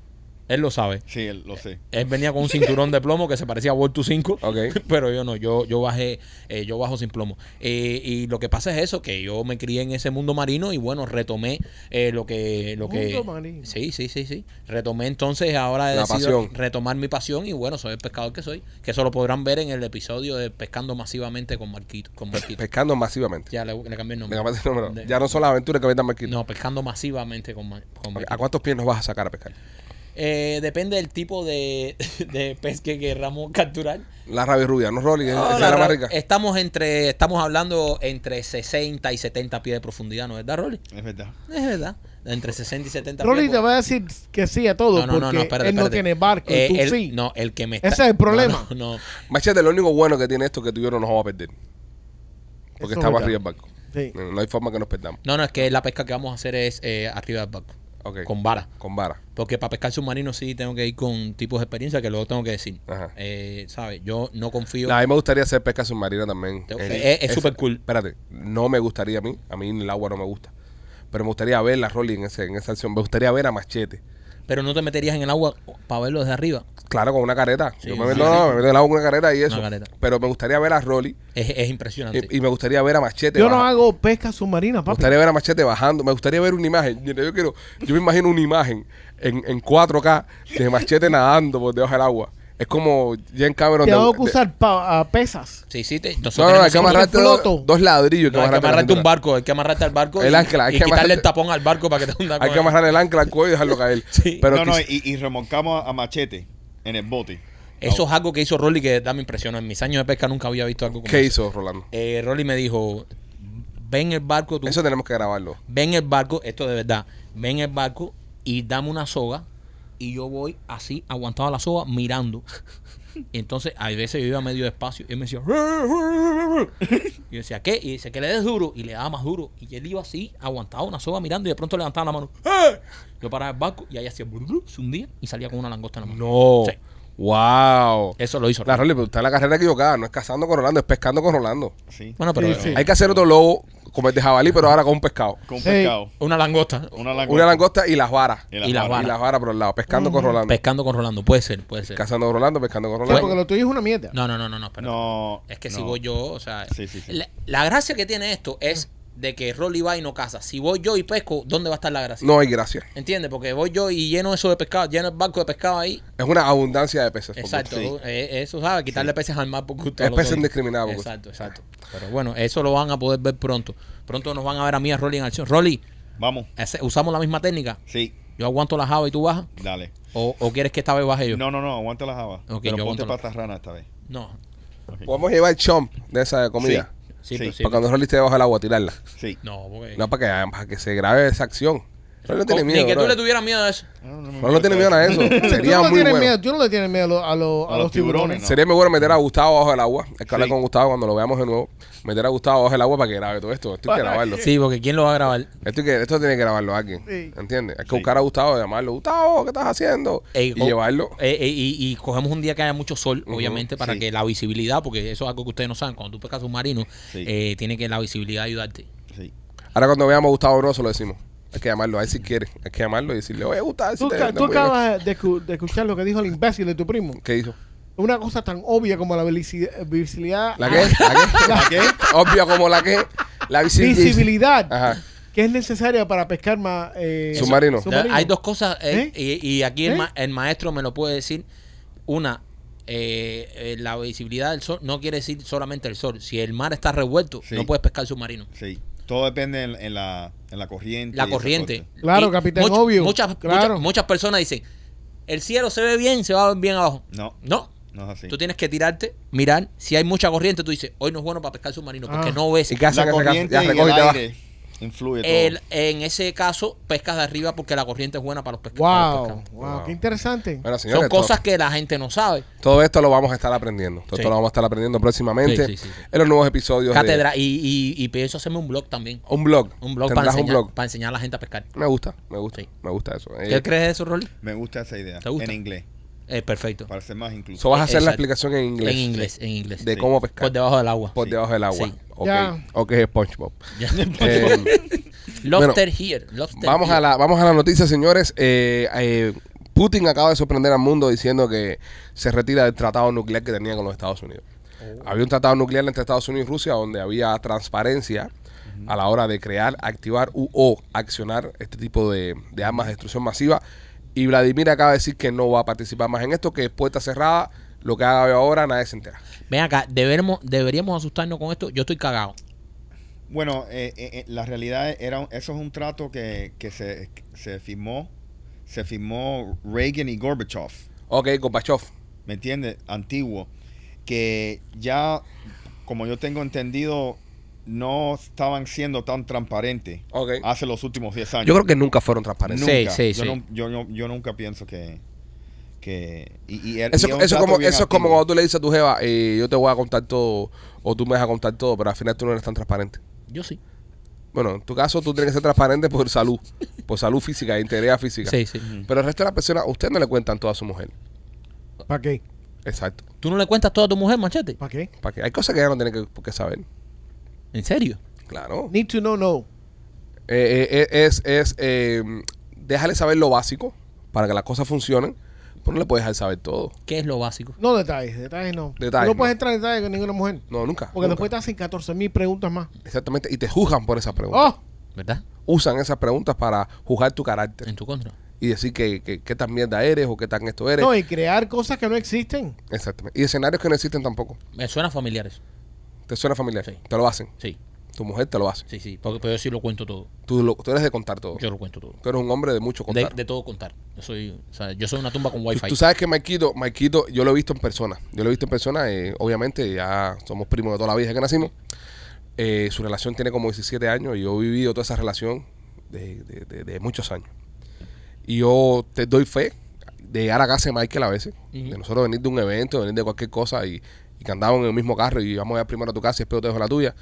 Él lo sabe.
Sí, él- lo sé.
Él venía con un cinturón de plomo que se parecía a World 5.
Ok.
Pero yo no, yo, yo bajé, eh, yo bajo sin plomo. Eh, y lo que pasa es eso, que yo me crié en ese mundo marino y bueno, retomé eh, lo que, lo que.
Mundo marino.
Sí, sí, sí, sí. Retomé entonces ahora he
La
decidido
pasión.
retomar mi pasión y bueno, soy el pescador que soy. Que eso lo podrán ver en el episodio de Pescando masivamente con Marquito. Con Marquito.
Pescando masivamente.
ya le, le cambié
Me
el nombre.
cambiaste el número.
De-
Ya no son las aventuras que aventan Marquito.
no, pescando masivamente con, Mar- con
Ok,
Marquito.
¿A cuántos pies nos vas a sacar a pescar?
Eh, depende del tipo de, de pez que querramos capturar.
La rabia rubia, no Rolly, que
No,
esa es
la
la más
ra-
rica.
Estamos entre, estamos hablando entre 60 y 70 pies de profundidad, ¿no es verdad, Rolly?
Es verdad.
Es verdad. Entre 60 y 70
Rolly
pies.
te
por-
va a decir que sí a todo porque él no tiene barco y
Eh,
tú
el-
sí.
No, el que me
Ese es el problema.
No, no, no.
Machete, lo único bueno que tiene esto es que tú y yo no nos vamos a perder. Porque
Eso
estamos
es
arriba del
verdad.
barco.
Sí.
No, no hay forma que nos perdamos.
No, no, es que la pesca que vamos a hacer es eh, arriba del barco.
Ok.
Con vara.
Con vara.
Porque para pescar submarino sí tengo que ir con tipos de experiencia que luego tengo que decir.
Ajá.
Eh, ¿Sabes? Yo no confío.
No, a mí me gustaría hacer pesca submarina también.
Te-
Eh,
es- es
esa-
súper cool.
Espérate, no me gustaría a mí. A mí el agua no me gusta. Pero me gustaría ver la Rolly en, ese, en esa acción. Me gustaría ver a Machete.
Pero no te meterías en el agua para verlo desde arriba.
Claro, con una careta.
Sí,
Yo me
sí,
meto,
sí.
no, me meto en el agua con una careta y eso.
careta. Ah,
Pero me gustaría ver a Rolly.
Es, es impresionante.
Y, y me gustaría ver a Machete.
Yo no
baja-
hago pesca submarina,
Me
papi.
gustaría ver a Machete bajando. Me gustaría ver una imagen. Yo, yo quiero, yo me imagino una imagen en, en 4K de Machete nadando por debajo del agua. Es como Jen Cameron.
Te
de-
hago que
de-
usar pa- a pesas.
Sí, sí, te,
No,
nosotros
no, no, hay
tenemos
que
un-
amarrarte
que
dos,
floto.
dos ladrillos.
No, hay que
amarrarte a la
amarrarte un
cintura.
barco, hay que amarrarte al barco
El
y,
ancla, hay
y
que
quitarle el
amarrarte-
tapón al barco para que te hunda
Hay
con
que
él.
amarrar el ancla al cuello y dejarlo caer.
pues. Sí.
Pero
no, no,
quis-
y, y remolcamos a, a Machete en el bote.
Eso es algo que hizo Rolly que da mi impresión. En mis años de pesca nunca había visto algo como
¿qué
eso.
hizo Rolando?
Eh, Rolly me dijo, ven el barco tú,
Eso tenemos que grabarlo.
ven el barco, esto de verdad, ven el barco y dame una soga y yo voy así, aguantado a la soga, mirando. Y entonces, a veces yo iba medio despacio y él me decía, "Ru, ru, ru". y yo decía, ¿qué? Y dice, que le des duro. Y le daba más duro. Y él iba así, aguantado una soga mirando y de pronto levantaba la mano. "¡Eh!". Yo paraba el barco y ahí hacía, bru, bru, se hundía y salía con una langosta en la mano.
No.
Sí.
Wow.
Eso lo hizo.
La
Rolly.
Rolly, pero usted en la carrera equivocada. No es cazando con Rolando, es pescando con Rolando.
Sí.
Bueno, pero
Sí, sí.
Hay que hacer otro lobo como el de jabalí, pero ahora con un pescado.
Con
Sí.
pescado.
una langosta.
Una langosta.
Una langosta y las varas.
Y las
y las
varas.
Y
varas.
las varas por el lado. Pescando con Rolando.
Pescando con Rolando, puede ser, puede ser.
Cazando con Rolando, pescando con
Sí,
Rolando.
porque lo tuyo es una mierda.
No, no, no, no, no. espérate.
No.
Es que
no.
si voy yo, o sea.
Sí, sí, sí.
La, la gracia que tiene esto es de que Rolly va y no caza. Si voy yo y pesco, ¿dónde va a estar la gracia?
No hay gracia.
¿Entiendes? Porque voy yo y lleno eso de pescado, lleno el barco de pescado ahí.
Es una abundancia de peces. por
Exacto.
sí.
eh, eso, ¿sabes? Quitarle peces al mar por gusto. a
Es
los
pez
otros.
indiscriminado, por
Exacto, exacto. Pero bueno, eso lo van a poder ver pronto. Pronto nos van a ver a mí y a Rolly en acción. Rolly,
Vamos.
ese- ¿usamos la misma técnica?
Sí,
¿Yo aguanto la java y tú bajas?
dale.
¿O, o quieres que esta vez baje yo?
No, no, no, aguanta la java.
Ok,
pero
yo
ponte
aguanto la-
patas rana esta vez.
No.
favor. Podemos llevar chomp de esa comida.
Sí,
Sí.
pero sí.
Porque
Para cuando Rolly esté debajo del agua, tirarla.
Sí.
No, porque. Oh,
No, para que, para que se grabe esa acción. Rolly no tiene
Ni
miedo.
que tú
brother.
le tuvieras miedo a eso.
No, me
No le tiene
importa
miedo a eso.
Tú
Sería
no,
muy
tienes
bueno.
miedo, tú no le tienes miedo a, lo- a lo- a
A
los
los
tiburones.
tiburones,
Sería muy bueno meter a Gustavo bajo el agua. Hay que hablar
Sí.
con Gustavo cuando lo veamos de nuevo. Meter a Gustavo bajo el agua para que grabe todo esto. Esto hay que grabarlo.
Sí, porque ¿quién lo va a grabar?
Esto, hay que- esto tiene que grabarlo alguien.
Sí.
¿Entiendes? Hay que
Sí.
buscar a Gustavo, llamarlo. Gustavo, ¿qué estás haciendo?
Ey,
y
o-
llevarlo.
Eh, eh, y, y cogemos un día que haya mucho sol,
Ujú,
obviamente, para
sí.
que la visibilidad, porque eso es algo que ustedes no saben, cuando tú pescas submarino,
Sí.
eh, tiene que la visibilidad ayudarte.
Sí.
Ahora cuando veamos a Gustavo Broso lo decimos. Hay que llamarlo. Ahí si quiere. Hay que llamarlo y decirle, oye, Gustavo, si
Tú,
te-
ca-
te
tú
voy a-
acabas de, escu- de escuchar lo que dijo el imbécil de tu primo.
¿Qué hizo?
Una cosa tan obvia como la velici- eh, visibilidad.
¿La qué? ¿La qué? Obvio como la que. La visi-
Visibilidad.
Ajá.
Que es necesaria para pescar más. eh,
Submarino.
Hay dos cosas, eh, y, y aquí el,
¿Eh?
ma- el maestro me lo puede decir. Una, eh, eh, la visibilidad del sol no quiere decir solamente el sol. Si el mar está revuelto,
Sí.
no puedes pescar submarino.
Sí. Todo depende en, en la, en la corriente. y
La
esas
corriente.
cosas.
Claro, capitán, obvio.
Muchas,
Claro.
muchas, muchas personas dicen, el cielo se ve bien, se va a ver bien abajo.
No,
No,
no es así.
Tú tienes que tirarte, mirar. Si hay mucha corriente, tú dices, hoy no es bueno para pescar submarino, porque
Ah.
no ves.
¿Y qué haces?
la
que se-
corriente
ya
y el
recoge y te vas.
aire influye todo.
El- en ese caso, pescas de arriba porque la corriente es buena para los pesca- para los
Wow,
pescados.
wow, qué interesante.
Bueno, señores,
Son
todo-
cosas que la gente no sabe.
Todo esto lo vamos a estar aprendiendo. Todo
Sí.
esto lo vamos a estar aprendiendo próximamente
Sí, sí, sí, sí.
en los nuevos episodios. de-
Cátedra. Y, y, y pienso hacerme un blog también.
un blog.
Un blog, para
Tendrás
enseñar,
un blog.
para enseñar a la gente a pescar.
Me gusta, me gusta.
Sí.
Me gusta eso. Eh,
¿Qué crees de eso, Rolly?
Me gusta esa idea.
¿Te gusta?
En inglés.
Eh, perfecto.
Para ser más inclusivo.
so vas a hacer la
Exacto.
explicación en inglés.
En inglés, en inglés.
De
Sí.
cómo pescar.
Por debajo del agua.
Por
Sí.
debajo del agua.
Sí.
Ok.
Ya.
Ok, SpongeBob.
Ya.
Eh,
Lobster here. Lobster
vamos,
here.
a la, vamos a la noticia, señores. Eh, eh, Putin acaba de sorprender al mundo diciendo que se retira del tratado nuclear que tenía con los Estados Unidos.
Oh.
Había un tratado nuclear entre Estados Unidos y Rusia donde había transparencia a la hora de crear, activar u, o accionar este tipo de, de armas de destrucción masiva. Y Vladimir acaba de decir que no va a participar más en esto, que puerta cerrada, lo que haga ahora nadie se entera.
Ven acá, deberemos, deberíamos asustarnos con esto. Yo estoy cagado.
Bueno, eh, eh, eh, la realidad era, un- eso es un trato que, que se, se firmó, se firmó Reagan y Gorbachev,
Ok, Gorbachev.
¿me entiendes? Antiguo, que ya, como yo tengo entendido, no estaban siendo tan transparentes
Ok.
hace los últimos 10 años.
Yo creo que nunca fueron transparentes.
Nunca.
Sí, sí,
yo,
sí.
no- yo, no- yo nunca pienso que... que y, y er- y
Eso,
es un
eso,
trato
como,
bien
eso es como cuando
antiguo.
tú le dices a tu jeva, eh, yo te voy a contar todo, o tú me vas a contar todo, pero al final tú no eres tan transparente.
Yo sí.
Bueno, en tu caso tú tienes que ser transparente por salud, por salud física, integridad física.
Sí, sí.
Pero el resto de las personas, usted no le cuentan todo a su mujer.
¿Para qué?
Exacto.
¿Tú no le cuentas todo a tu mujer, machete?
¿Para qué?
¿Para qué? Hay cosas que ella no tiene que, por qué saber.
¿En serio?
Claro.
Need to know, no.
Eh, eh, eh, es es eh, déjale saber lo básico para que las cosas funcionen, pero no le puedes dejar saber todo.
¿Qué es lo básico?
No detalles, detalles no.
Detalles,
Tú no
no.
puedes entrar en detalles con ninguna mujer.
No, nunca.
Porque
nunca.
después te hacen 14 mil preguntas más.
Exactamente. Y te juzgan por esas preguntas.
¡Oh!
¿Verdad?
Usan esas preguntas para juzgar tu carácter.
En tu contra.
y decir que, que, qué tan mierda eres o qué tan esto eres.
No, y crear cosas que no existen.
Exactamente. Y escenarios que no existen tampoco.
Me suena familiar eso.
Te suena familiar.
Sí.
Te lo hacen.
Sí,
Tu mujer te lo hace.
sí, sí. Porque, pero yo sí lo cuento todo.
Tú, lo- tú eres de contar todo.
Yo lo cuento todo.
Tú eres un hombre de mucho
De,
contar.
de todo contar. Yo soy, o sea, yo soy una tumba con
Tú-
wifi.
tú, sabes que Maikito, Maikito, yo lo he visto en persona. Yo lo he visto en persona. eh, obviamente, ya somos primos de toda la vida desde que nacimos. Eh, su relación tiene como 17 años y yo he vivido toda esa relación de, de- de- de muchos años. Y yo te doy fe de llegar a casa de Michael a veces, de nosotros venir de un evento, venir de cualquier cosa y, y que andábamos en el mismo carro y vamos a ir primero a tu casa y después te dejo la tuya.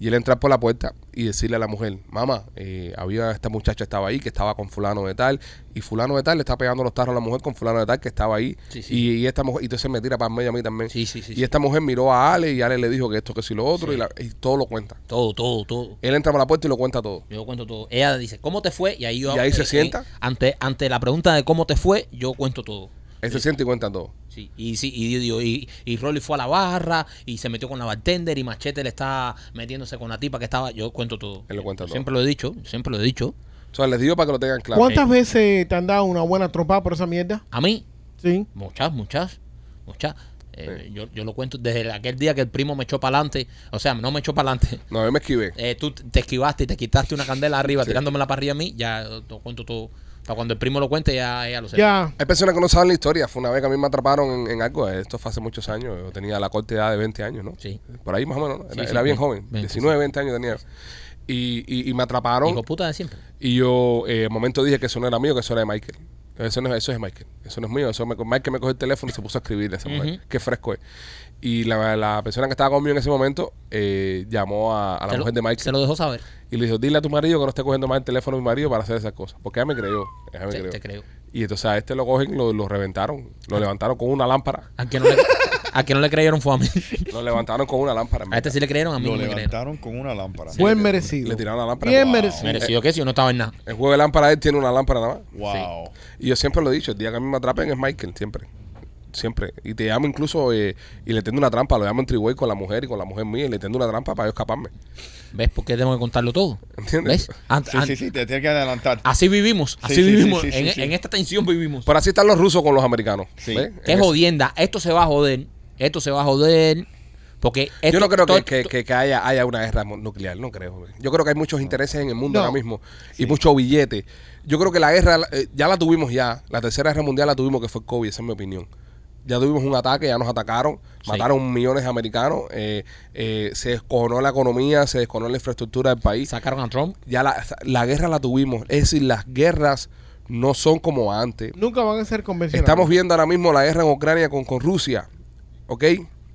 Y él entrar por la puerta y decirle a la mujer, mamá, eh, había esta muchacha estaba ahí que estaba con fulano de tal y fulano de tal le está pegando los tarros a la mujer con fulano de tal que estaba ahí
Sí, sí.
Y, y esta mujer, y entonces me tira para medio a mí también.
Sí, sí, sí,
y
sí.
esta mujer miró a Ale y Ale le dijo que esto, que si lo otro y, la- y todo lo cuenta.
Todo, todo, todo.
Él entra por la puerta y lo cuenta todo.
Yo cuento todo. Ella dice, ¿cómo te fue? Y ahí yo...
¿Y ahí se sienta?
ante, ante la pregunta de cómo te fue, yo cuento todo.
Él se siente y cuenta todo.
Sí, y sí, y, digo, y, y Rolly fue a la barra y se metió con la bartender y Machete le está metiéndose con la tipa que estaba. Yo cuento todo.
Él lo cuenta
Yo
todo.
Siempre lo he dicho, siempre lo he dicho.
O sea, les digo para que lo tengan claro.
¿Cuántas veces te han dado una buena trompada por esa mierda?
A mí,
Sí.
muchas, muchas, muchas. Eh, yo, yo lo cuento desde aquel día que el primo me echó para adelante. O sea, no me echó para adelante.
No, yo me esquivé.
tú te esquivaste y te quitaste una candela arriba tirándome la parrilla a mí. Ya eh, lo cuento todo. Para cuando el primo lo cuente, ya, ya lo sé.
Ya.
Hay personas que no saben la historia. Fue una vez que a mí me atraparon en, en algo. Esto fue hace muchos años. Yo tenía la corta edad de 20 años, ¿no?
Sí.
Por ahí más o menos. ¿no? Era,
Sí, sí,
era bien
ve-
joven.
20,
19, 20 años tenía. Y, y, y me atraparon.
Hijo puta de siempre.
Y yo, eh, al momento dije que eso no era mío, que eso era de Michael. Eso, no, es- eso es de Michael. Eso no es mío. Eso me, Michael me cogió el teléfono y se puso a escribirle a esa mujer.
Ujú.
Qué fresco es. Y la, la persona que estaba conmigo en ese momento eh, llamó a, a la
Se lo-
mujer de
Se
Michael
lo dejó saber.
y le dijo: Dile a tu marido que no esté cogiendo más el teléfono de mi marido para hacer esas cosas. Porque ella me creyó. Ella me
Sí,
creyó.
te creo.
Y entonces a este lo cogen, lo, lo reventaron, lo levantaron con una lámpara.
A quien no le, a quien no le creyeron fue a mí.
Lo levantaron con una lámpara.
A este sí le creyeron, a mí
Lo
no me creyeron.
levantaron con una lámpara.
Buen
Y
merecido.
Le tiraron la lámpara.
Bien
Wow.
merecido.
Merecido que si yo no estaba en nada.
El juego de lámpara él tiene una lámpara nada más.
Wow.
Y yo siempre lo he dicho, el día que a mí me atrapen es Michael, siempre. Siempre. Y te llamo incluso eh, y le tendo una trampa, lo llamo en triway con la mujer y con la mujer mía y le tendo una trampa para yo escaparme.
¿Ves por qué tengo que contarlo todo?
¿Entiendes?
¿Ves? Ant-
Sí,
ant-
sí, sí, te tienes que adelantar.
Así vivimos, así
sí, sí,
vivimos.
sí, sí,
en, e,
sí.
en esta tensión vivimos.
Por así están los rusos con los americanos.
Sí.
¿ves?
Qué
En eso.
jodienda. Esto se va a joder. Esto se va a joder. Porque esto,
Yo no creo que,
to-
que-
to-
que- que haya, haya una guerra mu- nuclear, no creo. güey. Yo creo que hay muchos intereses en el mundo
No.
ahora mismo y mucho billete. Yo creo que la guerra eh, ya la tuvimos ya. La tercera guerra mundial la tuvimos que fue el COVID, esa es mi opinión. Ya tuvimos un ataque, ya nos atacaron,
Sí.
mataron millones de americanos, eh, eh, se descojonó la economía, se descojonó la infraestructura del país
sacaron a Trump.
ya la, la guerra la tuvimos. Es decir, las guerras no son como antes.
Nunca van a ser convencionales.
Estamos viendo ahora mismo la guerra en Ucrania con, con Rusia. ¿Ok?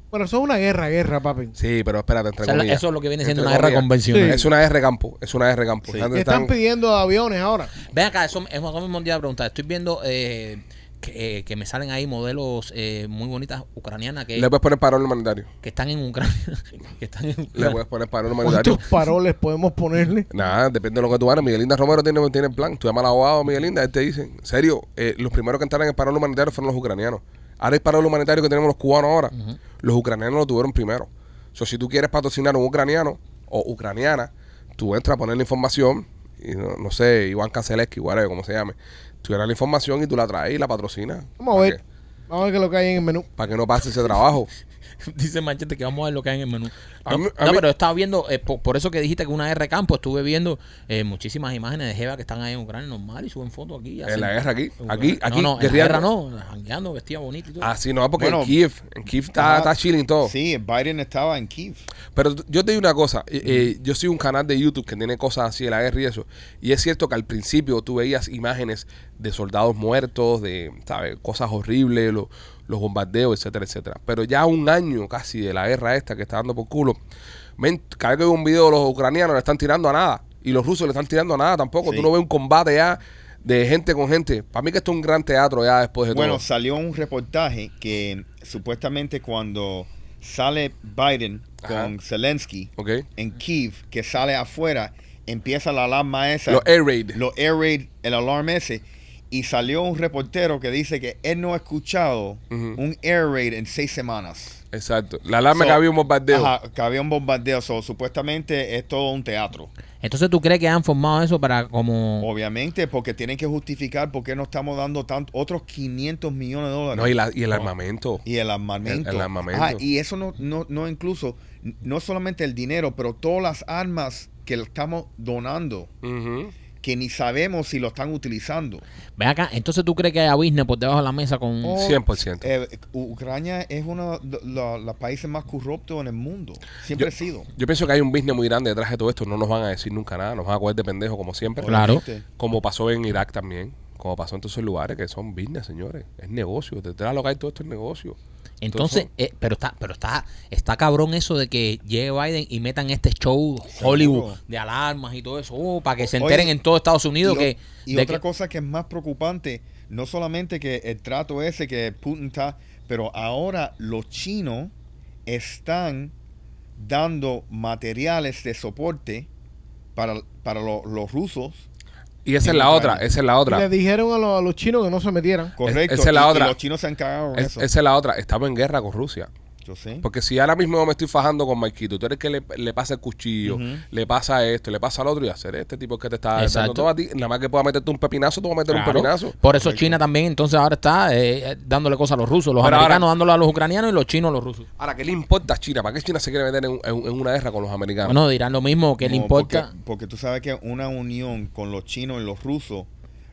Bueno, eso es una guerra, guerra, papi.
Sí, pero espérate, entre
O sea, la-
comillas.
eso es lo que viene
Entre
siendo una guerra
comillas.
convencional.
Es una guerra de campo. Es una guerra de campo.
Sí.
Están-
Le están
están-
pidiendo aviones ahora.
Ven acá, eso es lo mismo día de preguntar. Estoy viendo eh, que, eh, que me salen ahí modelos eh, muy bonitas ucranianas que,
Le puedes poner parón humanitario.
que están en Ucrania. que están en
Le
Ucrania.
puedes poner parón humanitario.
¿Cuántos paroles podemos ponerle?
Nada, depende de lo que tú hagas. Miguelinda Romero tiene, tiene el plan. Tú llamas al abogado Miguelinda, él te dice, en serio, eh, los primeros que entraron en el parol humanitario fueron los ucranianos. Ahora el parol humanitario que tenemos los cubanos ahora, los ucranianos lo tuvieron primero. O sea, si tú quieres patrocinar a un ucraniano o ucraniana, tú entras a poner la información, y no, no sé, Iván Kanceleski, whatever, como se llame. Tú eres la información y tú la traes y la patrocinas.
Vamos a
¿Para
ver.
qué?
Vamos a ver qué es lo que hay en el menú.
Para que no pase ese trabajo.
Dice Machete que vamos a ver lo que hay en el menú. No,
A mí- a
no,
mí-
pero estaba viendo, eh, po- por, eso que dijiste que una R campo, estuve viendo eh, muchísimas imágenes de Jeva que están ahí en Ucrania normal y suben fotos aquí.
En
hacen-
la guerra aquí,
Ucrania.
aquí, aquí.
No, no, en la
guerreando.
guerra no, jangueando, vestida bonita y todo.
Así no, porque
Bueno,
en Kiev, en Kiev está,
Ajá.
está chilling todo.
Sí, Biden estaba en Kiev.
Pero tú- yo te digo una cosa, eh, eh, yo soy un canal de YouTube que tiene cosas así de la guerra y eso, y es cierto que al principio tú veías imágenes de soldados muertos, de ¿sabes? cosas horribles, lo- los bombardeos, etcétera, etcétera. Pero ya un año casi de la guerra esta que está dando por culo, men, cada vez que veo un video de los ucranianos le están tirando a nada, y los rusos le están tirando a nada tampoco, tú
Sí.
no ves un combate ya de gente con gente. Para mí que esto es un gran teatro ya después de
Bueno,
todo.
salió un reportaje que supuestamente cuando sale Biden con Zelensky
¿Ok?
en Kiev, que sale afuera, empieza la alarma esa.
Los air raid.
Los air raid, el alarma ese. Y salió un reportero que dice que él no ha escuchado
Ujú.
un air raid en seis semanas.
Exacto. La alarma
So-
que había un bombardeo.
Ajá, que había un bombardeo. So, supuestamente es todo un teatro.
Entonces, ¿tú crees que han formado eso para
Oh.
como...
Obviamente, porque tienen que justificar por qué no estamos dando tanto, otros 500 millones de dólares.
No, y, la- y el armamento.
Y el armamento.
El- el armamento.
Ah, y eso no, no, no incluso, n- no solamente el dinero, pero todas las armas que le estamos donando,
Ujú.
que ni sabemos si lo están utilizando.
Ve acá, entonces tú crees que hay business por debajo de la mesa con...
Oh.
100%.
Eh, U- Ucrania es uno de lo- los países más corruptos en el mundo. Siempre ha sido.
Yo pienso que hay un business muy grande detrás de todo esto. No nos van a decir nunca nada. Nos van a coger de pendejo como siempre.
Claro.
Obviamente.
Como pasó en Irak también. Como pasó en todos esos lugares que son business, señores. Es negocio. Detrás de lo que hay todo esto es negocio.
Entonces, eh, pero está, pero está, está cabrón eso de que llegue Biden y metan este show Hollywood
Seguro.
de alarmas y todo eso, oh, para que se
Oye,
enteren en todo Estados Unidos
y o-
que,
y
de
otra
que-
cosa que es más preocupante, no solamente que el trato ese que Putin está, pero ahora los chinos están dando materiales de soporte para, para lo- los rusos.
Y esa
En
es la
Ucrania.
otra. Esa es la otra.
Le dijeron a, lo- a los chinos que no se metieran.
Correcto.
esa es la
y- y
otra.
los chinos se han cagado en
Es-
eso.
esa es la otra. Estamos en guerra con Rusia.
Yo sé.
Porque si ahora mismo me estoy fajando con Marquito, tú eres el que le, le pasa el cuchillo,
Ujú.
le pasa esto, le pasa al otro y hacer este tipo que te está dando
Exacto.
todo a ti. Nada más que pueda meterte un pepinazo, tú vas a meter un
Claro.
pepinazo.
Por eso China también entonces ahora está eh, eh, dándole cosas a los rusos, los
Pero ahora-
americanos dándole a los ucranianos y los chinos a los rusos.
Ahora, ¿qué le importa a China? ¿Para qué China se quiere meter en, un- en un- en una guerra con los americanos?
Bueno, dirán lo mismo, que le
No,
importa?
Porque, porque tú sabes que una unión con los chinos y los rusos,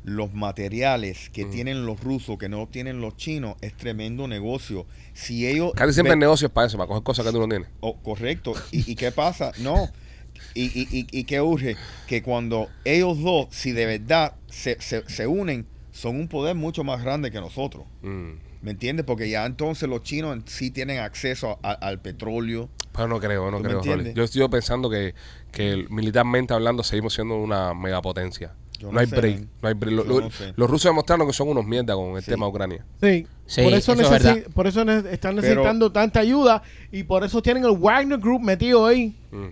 los materiales
Mm.
que tienen los rusos, que no tienen los chinos, es tremendo negocio. Si ellos...
Casi siempre
ve-
hay negocios para eso, para coger cosas que tú no tienes.
Oh, correcto. ¿Y, y qué pasa? No. ¿Y, y, y, y qué urge? Que cuando ellos dos, si de verdad se, se, se unen, son un poder mucho más grande que nosotros.
Mm.
¿Me entiendes? Porque ya entonces los chinos en- sí tienen acceso a- al petróleo.
Pero no creo, no
¿Tú me
creo, Rolly.
entiendes?
Yo estoy pensando que, que militarmente hablando seguimos siendo una megapotencia.
Yo
No,
no
hay
sé,
break,
man.
no hay break. Lo-
Yo
lo-
no sé.
Los rusos demostraron que son unos mierda con el
Sí.
tema de Ucrania.
Sí.
Sí,
por eso,
eso es
necesi-
verdad.
por eso ne- están
Pero-
necesitando tanta ayuda y por eso tienen el Wagner Group metido ahí.
Mm.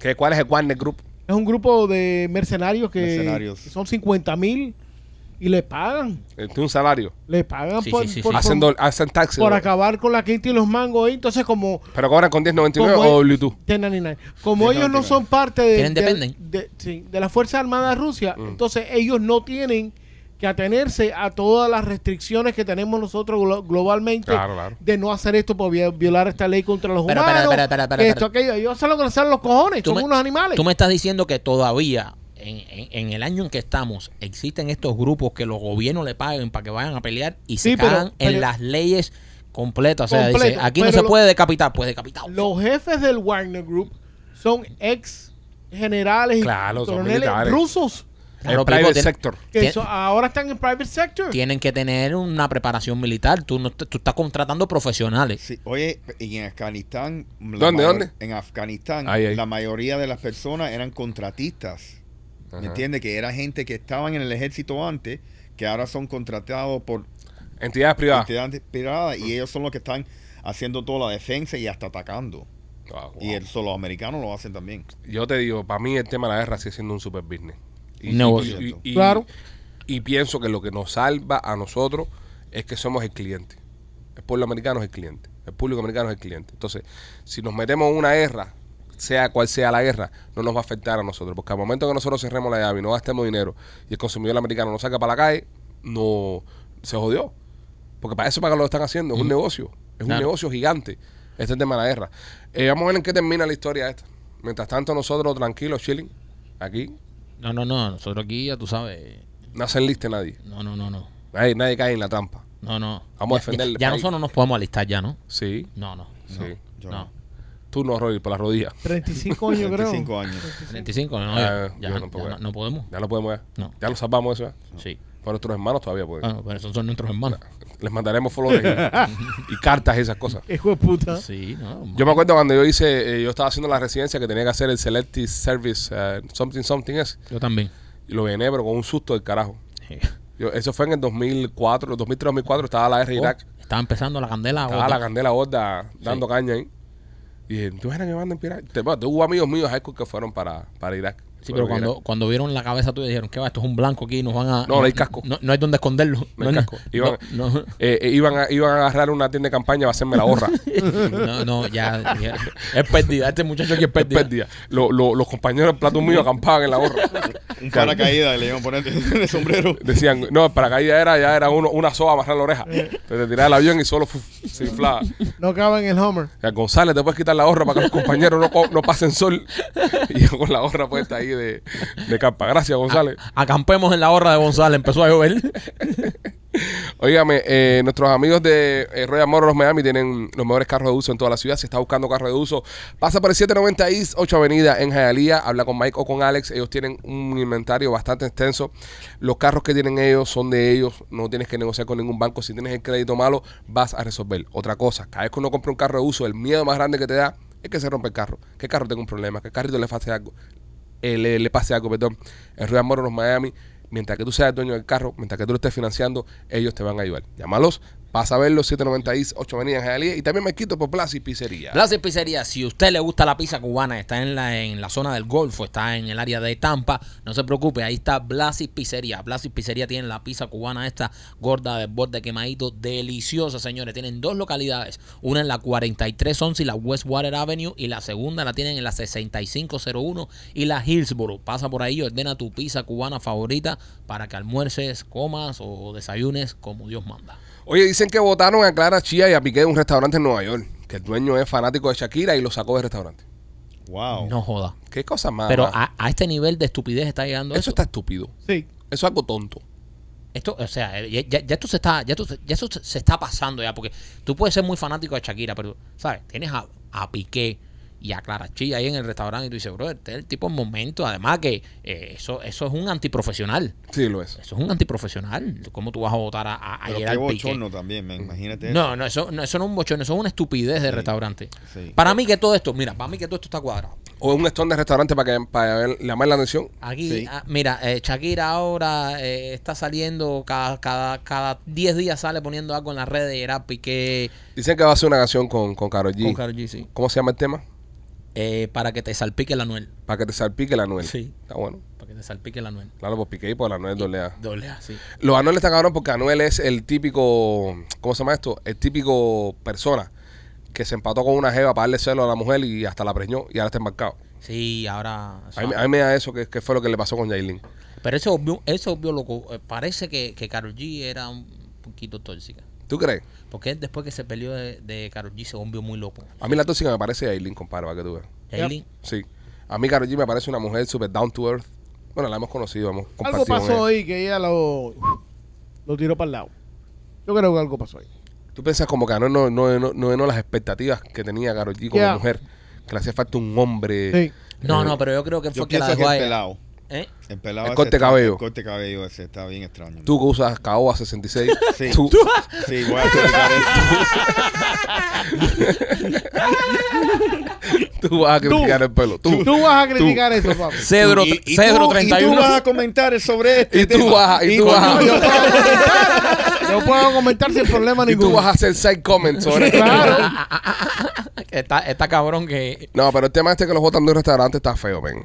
¿Qué, ¿Cuál es el Warner Group?
Es un grupo de mercenarios que
Mercenarios.
son 50 mil y le pagan.
Eh, Tiene un salario.
Le pagan
Sí,
por,
sí, sí,
por-
sí.
Hacen,
por-
dol- hacen taxes.
por acabar con la quinta y los mangos ahí. Entonces, como
Pero cobran con 10.99
Como es-
o Bluetooth.
1099. Como ellos no
1099.
son parte de,
Tienen
de,
dependen. Mm.
de- sí, de la Fuerza Armada Rusia, entonces ellos no tienen que atenerse a todas las restricciones que tenemos nosotros glo- globalmente
Claro, claro.
de no hacer esto por vi- violar esta ley contra los
Pero,
humanos.
espera, espera, espera, espera,
esto, aquello. Ellos hacen lo que les salen los cojones.
Tú
Son
me-
unos animales.
Tú me estás diciendo que todavía, en, en- en el año en que estamos, existen estos grupos que los gobiernos le paguen para que vayan a pelear y se
Sí, pero-
cagan en
pero-
las leyes completas. O sea,
Completo,
dice, aquí no
pero
se
lo-
puede decapitar, pues decapitado.
Los jefes del Wagner Group son ex generales
Claro,
y
son
coroneles
militares.
rusos
El
Claro,
private
people, tiene-
sector.
que
Tien-
son- ahora están en private sector.
tienen que tener una preparación militar. Tú, no, tú estás contratando profesionales.
Sí, oye, y en Afganistán... la
¿Dónde,
mayor-
dónde?
En Afganistán,
Ahí, ahí.
la mayoría de las personas eran contratistas. ¿Me
Ajá.
entiendes? Que era gente que estaban en el ejército antes, que ahora son contratados por
Entidades privadas.
entidades privadas, y ellos son los que están haciendo toda la defensa y hasta atacando.
Wow, wow.
Y el, so, los americanos lo hacen también.
Yo te digo, para mí el tema de la guerra sigue siendo un super business. Y,
Negocio.
y- y- y-
Claro.
Y pienso que lo que nos salva a nosotros es que somos el cliente. El pueblo americano es el cliente. El público americano es el cliente. Entonces, si nos metemos en una guerra, sea cual sea la guerra, no nos va a afectar a nosotros. Porque al momento que nosotros cerremos la llave y no gastemos dinero y el consumidor americano nos saca para la calle, no se jodió. Porque para eso para que lo están haciendo, es un negocio, es un
Claro.
negocio gigante. Este tema de la guerra. Eh, vamos a ver en qué termina la historia esta. Mientras tanto, nosotros tranquilos, chilling, aquí,
No, no, no. Nosotros aquí, ya tú sabes.
no se enliste nadie.
No, no, no, no.
nadie. Nadie cae en la trampa.
No, no.
Vamos a
Ya-
defender el
Ya, ya
país.
nosotros no nos podemos alistar ya, ¿no?
Sí,
No, no.
sí.
Yo
no.
Tú no, Roy, por las rodillas.
35 años, creo.
35 años.
35, no,
Ah,
ya,
yo
ya
tampoco.
no, no podemos.
Ya lo podemos ver.
No. Ah.
Ya lo salvamos eso. ¿eh?
Sí.
Por nuestros hermanos todavía pueden.
Bueno, pero esos son nuestros hermanos.
Les mandaremos flores y, y cartas y esas cosas.
Hijo de puta.
Sí, no.
Yo me acuerdo cuando yo hice, eh, yo estaba haciendo la residencia que tenía que hacer el Selective Service, eh, something, something es.
Yo también. Oh,
Y lo llené, pero con un susto del carajo.
Sí.
Yo- eso fue en el 2004, 2003, 2004, estaba la guerra de Irak.
Oh, estaba empezando la candela.
Estaba
gorda.
la candela gorda dando caña ahí. Y dije, ¿tú eres que van a empirar? Te- bueno, Hubo amigos míos high school que fueron para, para Irak.
Sí,
Fueron
pero
a Irak.
cuando, cuando vieron la cabeza tuya dijeron, ¿qué va? Esto es un blanco aquí, nos van a...
No, no hay casco.
No, no hay donde esconderlo.
No hay casco. Iban-
no, no,
Eh, eh, iban, a, iban a agarrar una tienda de campaña para hacerme la gorra.
no, no, ya, ya. Es pérdida. Este muchacho aquí es
Es
pérdida.
pérdida. Lo- lo- los compañeros del plato mío acampaban en la gorra.
Un paracaídas le iban a poner en el sombrero.
Decían, no, para caída era, ya era uno, una soga amarrar la oreja. Entonces te tiraba el avión y solo fu- se inflaba.
No cabe en el Homer.
O sea, González, te puedes quitar la gorra para que los compañeros no, co- no pasen sol. Y yo con la gorra puesta ahí de, de campa. Gracias, González.
Acampemos en la horra de González. Empezó a llover.
Óigame, eh, nuestros amigos de eh, Royal Motors Miami tienen los mejores carros de uso en toda la ciudad. Si está buscando carros de uso, pasa por el 790 East 8 Avenida en Hialeah. Habla con Mike o con Alex. Ellos tienen un inventario bastante extenso. Los carros que tienen ellos son de ellos. No tienes que negociar con ningún banco. Si tienes el crédito malo, vas a resolver. Otra cosa, cada vez que uno compra un carro de uso, el miedo más grande que te da es que se rompe el carro. Que el carro tenga un problema, que el carrito le pase algo eh, le, le pase algo, perdón, en Royal Motors Miami, mientras que tú seas el dueño del carro, mientras que tú lo estés financiando, ellos te van a ayudar. Llámalos, pasa a verlos, 790 East, 8 Avenida en Hialeah, y también me quito por Plaza y Pizzería.
Plaza y Pizzería, si a usted le gusta la pizza cubana, está en la, en la zona del Golfo, está en el área de Tampa, no se preocupe, ahí está Blas y Pizzería. Blas y Pizzería tiene la pizza cubana esta gorda de borde quemadito, deliciosa, señores. Tienen dos localidades, una en la 4311 y la Westwater Avenue y la segunda la tienen en la 6501 y la Hillsboro. Pasa por ahí, ordena tu pizza cubana favorita para que almuerces, comas o desayunes como Dios manda.
Oye, dicen que votaron a Clara Chía y a Piqué de un restaurante en Nueva York, que el dueño es fanático de Shakira y lo sacó del restaurante.
Wow.
No joda.
Qué cosa más.
Pero
más.
a, a este nivel de estupidez está llegando
eso está estúpido.
Sí.
Eso es algo tonto.
Esto, o sea, eh, ya, ya- ya esto se está, ya, esto se- ya esto se- se está pasando ya, porque tú puedes ser muy fanático de Shakira, pero, ¿sabes? Tienes a, a Piqué y a Clara Chía ahí en el restaurante y tú dices, bro, este es el tipo en momento, además que eh, eso, eso es un antiprofesional,
Sí, lo es.
eso es un antiprofesional, ¿cómo tú vas a votar a, a, a
Pero qué
Gerard Piqué?
bochorno también, man. imagínate. eso.
No, no, eso no, eso no es un bochorno, eso es una estupidez de restaurante.
sí.
Para mí que todo esto, mira, para mí que todo esto está cuadrado.
O es un stand de restaurante para, que, para llamar la atención.
Aquí,
Sí.
ah, mira, eh, Shakira ahora eh, está saliendo cada cada cada 10 días sale poniendo algo en las redes de Gerard Piqué
Dicen que va a hacer una canción con, con Karol G.
con Karol G, sí.
¿Cómo se llama el tema?
Eh, para que te salpique la nuel.
Para que te salpique la nuez.
Sí.
Está bueno.
Para que te salpique la nuel.
Claro, por Piqué y pues por la nuez doblea.
Doble A, sí.
Los Anuel están cabrón porque Anuel es el típico, ¿cómo se llama esto? El típico persona que se empató con una jeva para darle celo a la mujer y hasta la preñó y ahora está embarcado.
Sí, ahora.
A mí, a mí me da eso que, que fue lo que le pasó con Jailin.
Pero eso obvio, eso obvio loco. eh, Parece que, que Karol G era un poquito tóxica.
¿Tú crees?
Porque él, después que se peleó de, de Karol G se volvió muy loco.
A mí la tóxica me parece Jailin, compadre, para que tú veas.
Yailin,
Sí. A mí Karol G me parece una mujer super down to earth. Bueno, la hemos conocido, hemos
Algo
compartido.
pasó
con ella.
ahí que ella lo, lo tiró para el lado. Yo creo que algo pasó ahí.
¿Tú piensas como que Anuel no, no, no, no llenó las expectativas que tenía Karol G como
Yeah.
mujer? Que le hacía falta un hombre.
Sí.
No,
Eh,
no, pero yo creo que él
Yo
fue que la
pienso que
dejó a
el
ella.
pelado.
¿Eh?
El pelado.
El
ese
corte
está-
cabello.
El corte cabello ese está bien extraño.
Tú que usas Caoba 66.
Sí.
Tú,
Sí, voy a criticar eso.
tú vas a criticar el pelo. Tú.
Tú, vas a criticar eso, papi.
Cedro,
Y- y
Cedro
tú- Y tú
31.
vas a comentar sobre este
Y tú
tema.
vas a- y tú
tú-
vas a-
yo-
Yo puedo comentar sin problema
Y tú
ninguno.
vas a hacer side comments sobre
Claro.
Está, está cabrón que.
No, pero el tema este que los botan de un restaurante está feo, ven.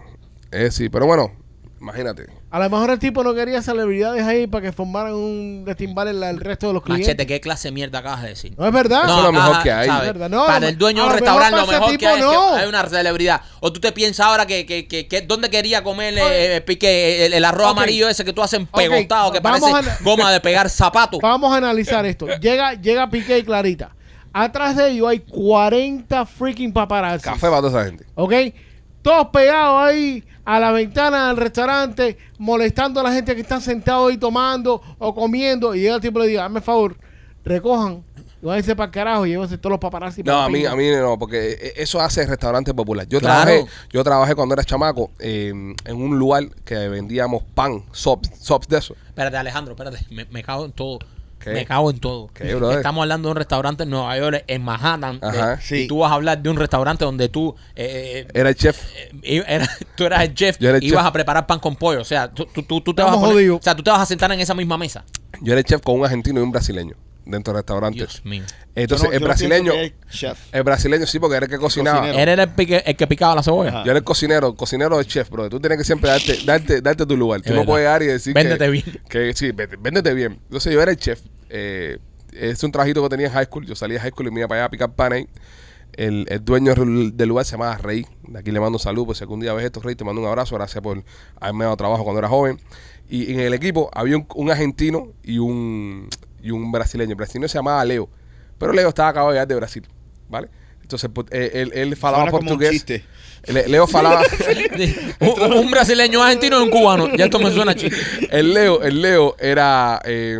Es sí, pero bueno, imagínate.
A lo mejor el tipo no quería celebridades ahí para que formaran un destimbar el, el resto de los clientes.
Machete, ¿qué clase de mierda acabas de decir?
No Ah, es verdad.
Eso es lo mejor
ajá,
que hay.
¿sabes?
Es verdad, no, a lo-
para el dueño de
a
un
lo
restaurante,
mejor
lo
para ese
mejor que
tipo,
hay es
no.
que hay una celebridad. O tú te piensas ahora que, que, que, que- dónde quería comer eh, eh, pique, el, el arroz
Ok.
amarillo ese que tú haces
Ok,
pegotado, que
vamos
parece
a-
goma de pegar zapatos.
Vamos a analizar esto. Llega, llega Piqué y Clarita. Atrás de ellos hay 40 freaking paparazzi.
Café para toda esa gente.
¿Ok? Todos pegados ahí a la ventana del restaurante, molestando a la gente que está sentado ahí tomando o comiendo. Y llega el tipo y le dice, hazme el favor, recojan, y váyanse para el carajo y llévense todos los paparazzi.
No,
para la
a mí,
pinga".
a mí no, porque eh, eso hace restaurante popular. Yo
Claro.
trabajé, yo trabajé cuando era chamaco eh, en un lugar que vendíamos pan, sops, sops de eso.
Espérate, Alejandro, espérate. Me, me cago en todo.
¿Qué?
Me cago en todo.
¿Qué, brother?
Estamos hablando de un restaurante en Nueva York, en Manhattan. de-
Ajá.
Sí.
Y tú vas a hablar de un restaurante donde tú. eh, eh,
Era el chef.
eh, era- tú eras el chef
Yo era el
y ibas
chef.
a preparar pan con pollo. O sea, tú, tú, tú- tú te vas a
Estamos
poner-
jodidos.
o sea, tú te vas a sentar en esa misma mesa.
Yo era el chef con un argentino y un brasileño dentro del restaurante.
Dios mío.
Entonces,
Yo no-
el
yo no pienso
brasileño,
que es chef.
el brasileño sí, porque era el que cocinaba.
cocinero.
Él era el, pique- el que picaba la cebolla.
Ajá.
Yo era el cocinero, el cocinero es chef, bro. Tú tienes que siempre darte, darte, darte tu lugar. Tú no
verdad.
puedes llegar y decir que-
Véndete bien.
que sí, vete- véndete bien. Entonces yo era el chef. Eh, es un trabajito que tenía en high school. Yo salía de high school y me iba para allá a picar pan ahí. El, el dueño del del lugar se llamaba Rey. De aquí le mando un saludo. Pues si algún día ves esto, Rey, te mando un abrazo. Gracias por haberme dado trabajo cuando era joven. Y en el equipo había un, un argentino y un, y un brasileño. El brasileño se llamaba Leo. Pero Leo estaba acabado de llegar de Brasil. ¿Vale? Entonces, pues, eh, él, él falaba
Suena como un
portugués.
chiste.
Le- Leo falaba.
un, un brasileño argentino y un cubano. Ya esto me suena chido.
El Leo, el Leo era, eh,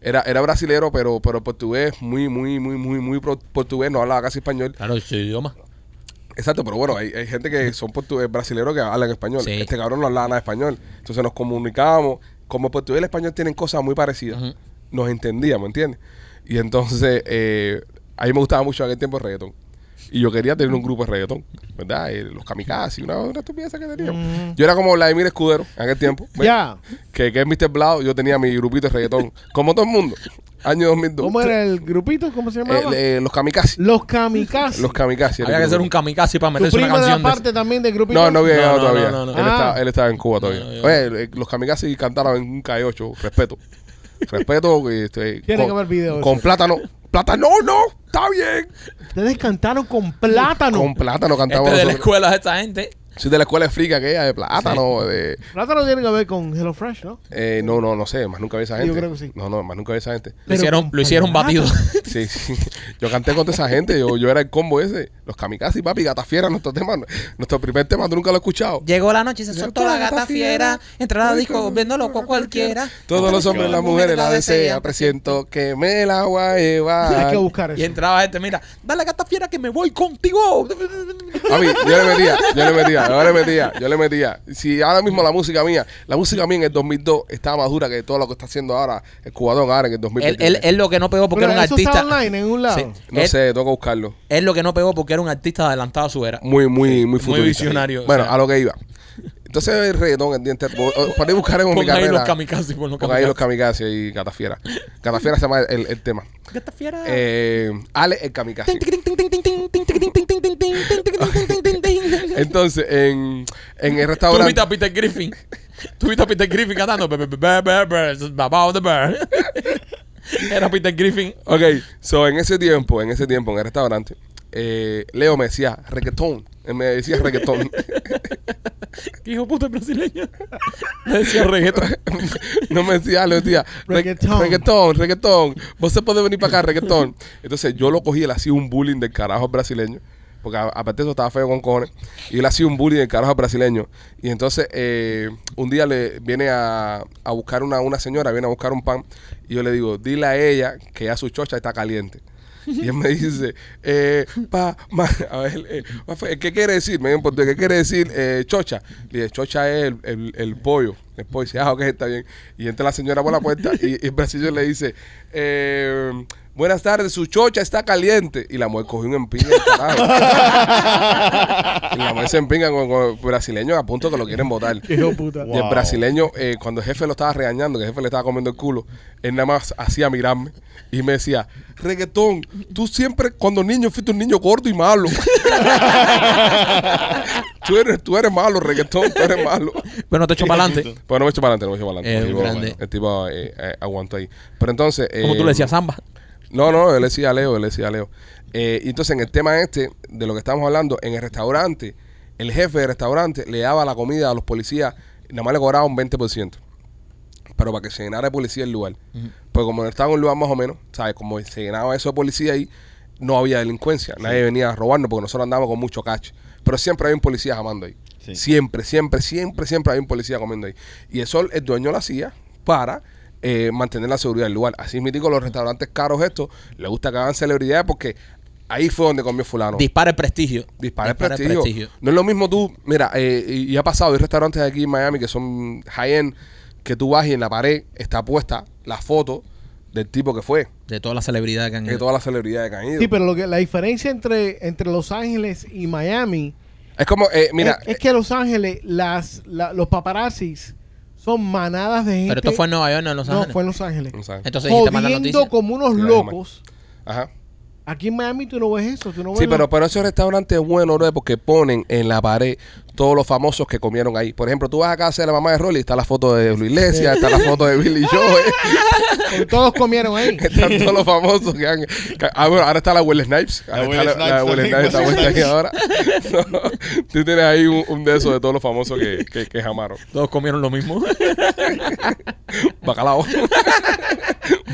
era, era brasilero, pero, pero portugués, muy, muy, muy, muy, muy pro- portugués, no hablaba casi español.
Claro, su idioma.
Exacto, pero bueno, hay, hay gente que son portugués, brasileros que hablan español.
Sí.
Este cabrón no hablaba nada de español. Entonces nos comunicábamos. Como el portugués y el español tienen cosas muy parecidas,
Ujú.
nos entendíamos, ¿entiendes? Y entonces, eh, a mí me gustaba mucho en aquel tiempo el reggaetón. Y yo quería tener un grupo de reggaetón, ¿verdad? Eh, los kamikazes, una, una estupidez que teníamos. Yo era como Vladimir Escudero en aquel tiempo. ¿ves?
Ya.
que, que es Mr. Blau, yo tenía mi grupito de reggaetón, como todo el mundo, año 2002.
¿Cómo era el grupito? ¿Cómo se llamaba?
Eh, eh, los kamikazes.
Los kamikazes.
Los kamikazes. era
Había
el
que hacer un
grupo.
kamikaze para
tu
meterse una
primo era
canción. de
parte también del grupito.
No, no había
No,
llegado
no,
todavía.
no, no, no.
Él,
Ah.
estaba, él estaba en Cuba todavía.
no, yo-
Oye, eh, los kamikazes cantaron en un K8, respeto. respeto. que, este,
Tiene
con,
que ver video
Con
ese.
plátano. Plátano, no, está bien.
Ustedes cantaron con plátano.
Con plátano
Este
cantamos
de la
nosotros.
escuela de esta gente.
Soy de la escuela de frica aquella, de plátano, de...
Plátano tiene que ver con Hello Fresh, ¿no?
eh, no, no, no sé, más nunca vi esa
Yo
gente.
creo que sí.
No, no, más nunca vi esa gente.
Lo
Pero
hicieron,
con
lo hicieron
plátano.
batido.
Sí, sí. Yo canté contra esa gente. Yo, yo era el combo ese. Los kamikazes, papi, gata fiera, nuestro tema. Nuestro primer tema, tú nunca lo has escuchado.
Llegó la noche y se
soltó la gata fiera,
Entró a la
disco
volviendo loco cualquiera.
Todos los hombres, las mujeres la desean. Presiento que me la voy a
Hay que
llevar.
buscar
Y
eso.
entraba gente, mira, dale gata fiera que me voy contigo.
Papi, yo le metía, yo le metía, yo le metía, yo le metía. Si ahora mismo la música mía, la música mía en el 2002 estaba más dura que todo lo que está haciendo ahora el cubadón ahora en el
él,
2023.
él, él lo que no pegó porque
Pero
era un
eso
artista.
está online en un lado.
Sí.
no
él-
sé, tengo que buscarlo.
Él lo que no pegó porque era un artista adelantado a su era.
Muy, muy, muy futurista.
visionario, o
Bueno,
sea.
a lo que iba. Entonces el reggaetón, el diente. Para ir buscar en mi
Ponga ahí
carrera.
los kamikazes, pon los
Ponga ahí los
kamikazes.
kamikazes y Catafiera. Catafiera se llama el, el tema.
Gata fiera.
Eh, Ale el kamikaze. Entonces, en, en el
Tú viste
restaurante.
a Peter Griffin. Tú viste a Peter Griffin cantando. "Be- be- be- be- be- be- it's about the bear". Era Peter Griffin.
Ok, so en ese tiempo, en ese tiempo, en el restaurante, eh, Leo me decía reggaetón. Él me decía reggaetón.
Que hijo de puta brasileño. Le decía reggaetón.
no me decía, Leo decía "Re-
Reggaetón.
reggaetón, reggaetón. Vos se podés venir para acá, reggaetón. Entonces yo lo cogí, él hacía un bullying del carajo al brasileño. Porque a- aparte de eso estaba feo con cojones. Y él hacía un bullying del carajo al brasileño. Y entonces eh, un día le viene a, a buscar una, una señora, viene a buscar un pan. Y yo le digo, dile a ella que ya su chocha está caliente. Y él me dice, eh, pa, ma, a ver, eh, ¿cuál fue? ¿qué quiere decir? Me dijo en portugués, ¿qué quiere decir eh, chocha? Le dije, chocha es el, el- el pollo. Después dice, ah, ok, está bien. Y entra la señora por la puerta y, y el brasileño le dice, eh, buenas tardes, su chocha está caliente. Y la mujer cogió un empinga del carajo. y la mujer se empinga con, con el brasileño a punto que lo quieren botar.
Hijo de puta.
Y el
Wow.
brasileño, eh, cuando el jefe lo estaba regañando, que el jefe le estaba comiendo el culo, él nada más hacía mirarme y me decía, reggaetón, tú siempre cuando niño fuiste un niño gordo y malo. tú, eres, tú eres malo, reggaetón, tú eres malo.
Bueno, te echo para adelante.
Pero no me echo para adelante, no me echo para
Eh,
adelante. el
grande.
tipo, el tipo, eh, eh, aguantó ahí. Pero entonces...
Como tú
eh,
le decías, Zamba.
no, no, él decía Leo, él decía Leo. Eh, y entonces, en el tema este, de lo que estamos hablando, en el restaurante, el jefe del restaurante le daba la comida a los policías, nada más le cobraba un 20%. Pero para que se llenara de policía el lugar. Pues como estaba en un lugar más o menos, ¿sabes? Como se llenaba eso de policía ahí, no había delincuencia. Nadie venía a robarnos porque nosotros andábamos con mucho cash. Pero siempre había un policía jamando ahí.
Sí.
Siempre, siempre, siempre, siempre había un policía comiendo ahí. Y eso el dueño lo hacía para eh, mantener la seguridad del lugar. Así mítico, los restaurantes caros estos, le gusta que hagan celebridades porque ahí fue donde comió fulano.
Dispara el prestigio.
Dispara el prestigio. No es lo mismo tú, mira, eh, y, y ha pasado, hay restaurantes aquí en Miami que son high-end, que tú vas y en la pared está puesta la foto del tipo que fue,
De todas las celebridades que han
de
ido.
todas las celebridades que han ido.
Sí, pero lo que, la diferencia entre, entre Los Ángeles y Miami
es como, eh, mira,
es, es que Los Ángeles, las, la- los paparazzis son manadas de gente.
Pero esto fue en Nueva York, no en Los
No,
Ángeles.
fue en Los Ángeles.
eh, no saben.
Entonces dijiste mal la noticia.
Jodiendo como unos
Claro,
locos.
Ajá.
Aquí en Miami tú no ves eso. Tú no ves
Sí,
los-
pero, pero esos restaurantes buenos, bro, porque ponen en la pared todos los famosos que comieron ahí. Por ejemplo, tú vas a casa de la mamá de Rolly, está la foto de Luis Iglesias, está la foto de Billy Joe,
porque todos comieron ahí.
están todos los famosos que han... que- ah, bueno, ahora está la Will Snipes. Ahora
La
está
Will Snipes
Will
también.
Snipes está puesta ahí ahora. No, tú tienes ahí un, un de esos de todos los famosos que, que, que jamaron.
Todos comieron lo mismo.
Bacalao.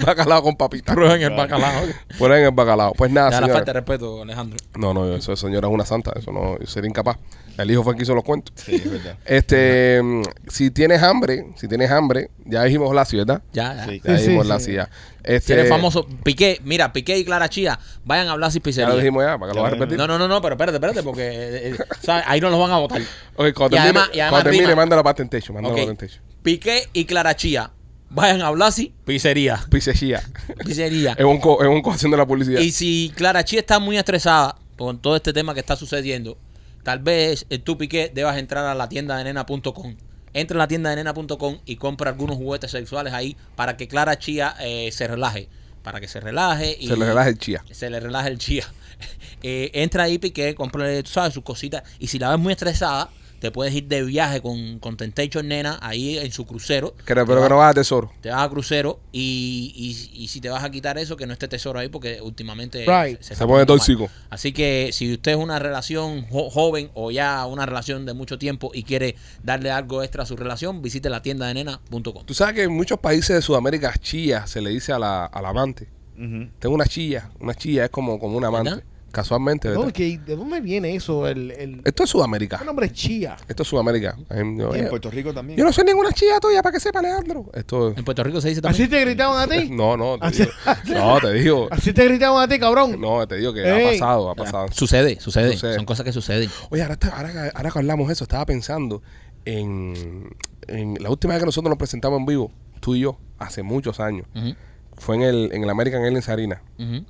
bacalao con papita.
Prueben el bacalao.
Ponen el bacalao. Pues nada,
Da la
señora.
falta de respeto, Alejandro.
No, no, eso señora es una santa. Eso no, yo sería incapaz. El hijo fue el que hizo los cuentos.
Sí, es verdad.
Este, mm, si tienes hambre, si tienes hambre, ya dijimos Lassi, ¿verdad?
Ya, ya.
Sí.
Ya
Sí,
dijimos
sí,
Lassi,
sí.
ya. Este,
Si eres famoso, Piqué, mira, Piqué y Clara Chía, vayan a hablar
Ya
sin
lo
pizzería.
dijimos ya, para que lo
Ya
vas a
lo
repetir.
No, no, no, no, pero espérate, espérate, porque eh, eh, ¿sabes? ahí no los van a votar.
Ok, cuando termine,
Y además- y además
cuando termine,
rima.
mándalo para Tentation, mándalo
Ok.
para Tentation.
Piqué y Clara Chía, vayan a hablar sin pizzería.
Pisejía.
Pizzería.
es un co, es un co haciendo la publicidad.
Y si Clara Chía está muy estresada con todo este tema que está sucediendo, tal vez eh, tú, Piqué, debas entrar a la tienda de nena.com. Entra a la tienda de nena.com y compra algunos juguetes sexuales ahí para que Clara Chía eh, se relaje. Para que se relaje y
Se le relaja el chía.
se le relaja el chía. Eh, entra ahí, Piqué, cómprale, tú sabes, sus cositas. Y si la ves muy estresada, te puedes ir de viaje con, con Temptation Nena ahí en su crucero.
Que no-
Te
pero
va-
que no vas a tesoro.
te vas a crucero y, y- y si te vas a quitar eso, que no esté tesoro ahí porque últimamente
Right.
Se pone
poniendo
tóxico.
mal. Así que si usted es una relación jo- joven o ya una relación de mucho tiempo y quiere darle algo extra a su relación, visite la tienda de nena.com.
Tú sabes que en muchos países de Sudamérica, chía se le dice a la, al amante.
Ujú.
Tengo una chía. Una chía es como, como un amante.
¿Verdad?
Casualmente, ¿verdad?
No, que- ¿De dónde viene eso? El, el,
Esto es Sudamérica.
el nombre es Chía.
Esto es Sudamérica. Em, yo-
Y en Puerto Rico también.
Yo no soy ninguna chía tuya, para que sepa, Alejandro. Esto
En Puerto Rico se dice
¿Así
también.
te gritaban a ti?
No, no, te
Así-
digo. No, te digo.
¿Así te gritaban a ti, cabrón?
No, te digo que ha
Ey.
pasado, ha pasado.
Sucede, sucede,
Sucede.
Son cosas que suceden.
Oye, ahora, está- ahora, que- ahora que hablamos de eso, estaba pensando en, en la última vez que nosotros nos presentamos en vivo, tú y yo, hace muchos años.
Ujú,
Fue en el, en el American Airlines Arena.
ujú.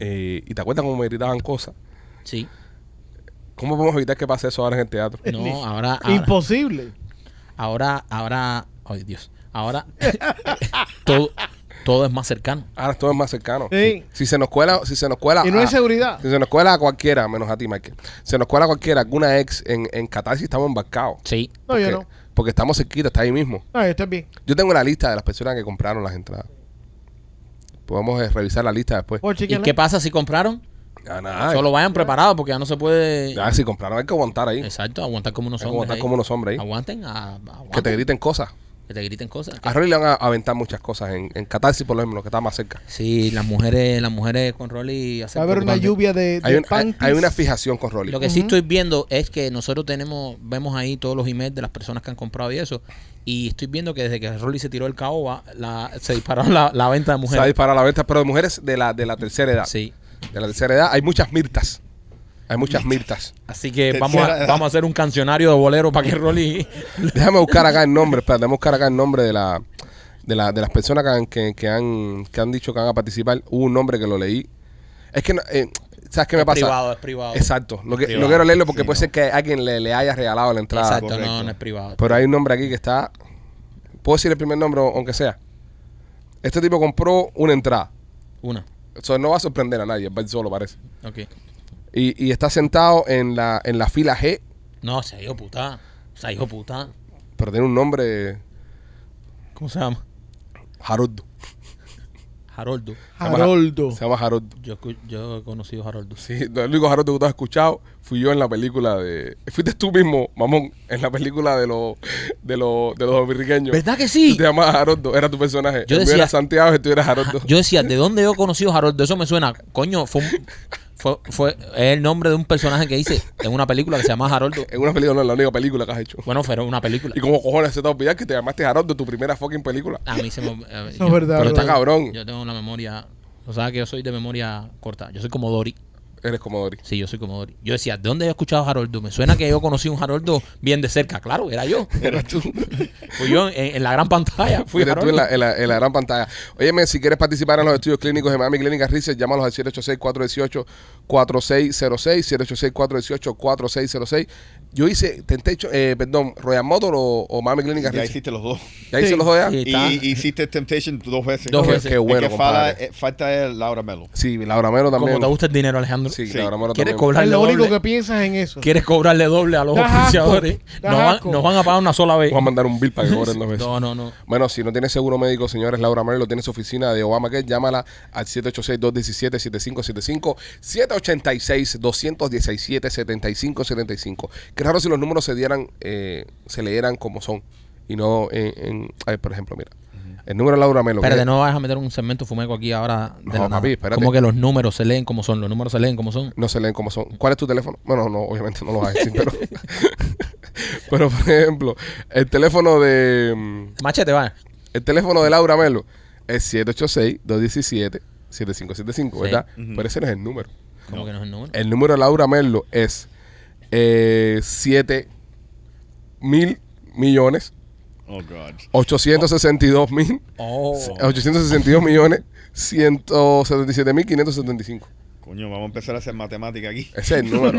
Eh, y te acuerdas cómo me gritaban cosas.
Sí.
¿Cómo podemos evitar que pase eso ahora en el teatro?
No, ahora. ahora
Imposible.
Ahora, ahora, ay Dios, ahora todo, todo es más cercano.
Ahora todo es más cercano.
Sí.
Si se nos cuela, si se nos cuela.
Y no hay
a-
seguridad.
Si se nos cuela a cualquiera, menos a ti, Mike. Se nos cuela a cualquiera, alguna ex en, en Catarsis estamos embarcados.
Sí.
No, yo
Porque-
no.
Porque estamos cerquita, está ahí mismo.
No, Ah, yo estoy bien.
Yo tengo la lista de las personas que compraron las entradas. Podemos eh, revisar la lista después.
Por
¿Y qué pasa si compraron?
Ya, nada.
Ah, Solo vayan preparados porque ya no se puede.
Ya, si compraron hay que aguantar ahí.
Exacto, aguantar como unos
Hay que
hombres.
aguantar
ahí.
como unos hombres ahí.
Aguanten, a- aguanten,
Que te griten cosas.
griten cosas.
A Rolly le van a aventar muchas cosas. En, en Catarsis, por lo menos, que está más cerca.
Sí, las mujeres, las mujeres con Rolly hacen
Va a haber una
preocupante.
lluvia de, de
Hay, un- hay,
panties.
hay una fijación con Rolly.
Lo que sí estoy viendo es que nosotros tenemos, vemos ahí todos los emails de las personas que han comprado y eso. Y estoy viendo que desde que Rolly se tiró el caoba, la, se dispararon la, la venta de
Se ha
mujeres.
disparado la venta, pero de mujeres de la, de la tercera edad.
Sí.
De la tercera edad hay muchas mirtas. Hay muchas mirtas.
Así que vamos a, vamos a hacer un cancionario de bolero para que Rolly.
Déjame buscar acá el nombre, espera, déjame buscar acá el nombre de la de, la, de las personas que han, que, que han, que han dicho que van a participar. Hubo un nombre que lo leí. Es que, no- eh, ¿sabes qué me
Es
pasa?
privado, es privado.
Exacto. Lo, que,
Privado.
no quiero leerlo porque
Sí,
puede
no.
ser que alguien le, le haya regalado la entrada.
Exacto,
correcto.
no, no es privado.
Pero hay un nombre aquí que está. ¿Puedo decir el primer nombre, o- aunque sea? Este tipo compró una entrada.
Una.
Eso no va a sorprender a nadie, va él solo parece.
Ok.
Y, y está sentado en la, en la fila G,
No, se hijo puta. Se hijo puta.
pero tiene un nombre
¿Cómo se llama?
Haroldo.
Haroldo.
Haroldo.
Se llama Haroldo.
Yo, escu- yo he conocido a Haroldo.
Sí, el único Haroldo que tú has escuchado fui yo en la película de. Fuiste tú mismo, mamón, en la película de los de los de los dominicanos.
¿Verdad que
Tú
sí?
te llamabas Haroldo, era tu personaje.
Yo
Yo
decía-
decía, Santiago si tú eras Haroldo.
Ajá, Yo decía, ¿de dónde yo he conocido a Haroldo? Eso me suena, coño, fue, un- fue, fue- es el nombre de un personaje que hice en una película que se llama Haroldo.
En una película, no, la única película que has hecho.
Bueno, fue una película.
Y como cojones se te va a olvidar que te llamaste Haroldo, tu primera fucking película.
A mí se me... a ver,
Eso es verdad,
Pero está
bro.
cabrón.
Yo tengo una memoria... O sea, que yo soy de memoria corta. Yo soy como Dory.
Eres como Dori.
Sí, yo soy como Dory. Yo decía, ¿de dónde he escuchado a Haroldo? Me suena que yo conocí a un Haroldo bien de cerca. Claro, era yo.
Eres tú.
Fui yo en, en la gran pantalla. Fui
Fuiste tú
Haroldo.
en la, en la- en la gran pantalla. Óyeme, si quieres participar en los estudios clínicos de Miami Clínicas Research, llámalos al 786-418-4606, 786-418-4606. Yo hice, tenté, hecho, eh, perdón, Royal Motor o, o Miami Clínicas
Ya
Research.
hiciste los dos.
Ya hice
Sí,
los dos ya.
sí.
Y,
Está-
y hiciste Temptation dos veces.
Dos
Qué-
veces.
Qué
El
bueno,
que fala-
compadre.
eh, falta es Laura Melo.
Sí, Laura Melo
Como
también.
te gusta el dinero, Alejandro.
Sí,
Sí.
Laura Melo
¿Quieres
también.
Es
cobrarle
lo
doble?
único que piensas en eso.
¿Quieres cobrarle doble a los
Das asco,
oficiadores?
das
No van,
asco.
no van a pagar una sola vez.
Vamos a mandar un bill para que cobren dos veces.
No, no, no.
Bueno, si no tiene seguro médico, señores, Laura Merlo tiene su oficina de Obamacare. Llámala al 786-217-7575, 786-217-7575. Qué raro si los números se dieran, eh, se leyeran como son. Y no en, en- a ver, por ejemplo, mira. El número de Laura Merlo.
Espérate, no vas a meter un segmento fumeco aquí ahora. De
No,
la nada.
papi, espérate.
Como que los números se leen como son. Los números se leen como son.
No se leen como son. ¿Cuál es tu teléfono? Bueno, no, obviamente no lo vas a decir, pero... pero, por ejemplo, el teléfono de... mm,
Machete, va.
El teléfono de Laura Melo es 786-217-7575, ¿verdad?
Ujú.
Pero ese no Eh, es el número.
Como que no es el número.
El número de Laura Melo es eh, 7 mil millones
Oh, God.
862 mil
Oh.
862 millones 177 mil 575.
Coño, vamos a empezar a hacer matemática aquí.
Ese es el número.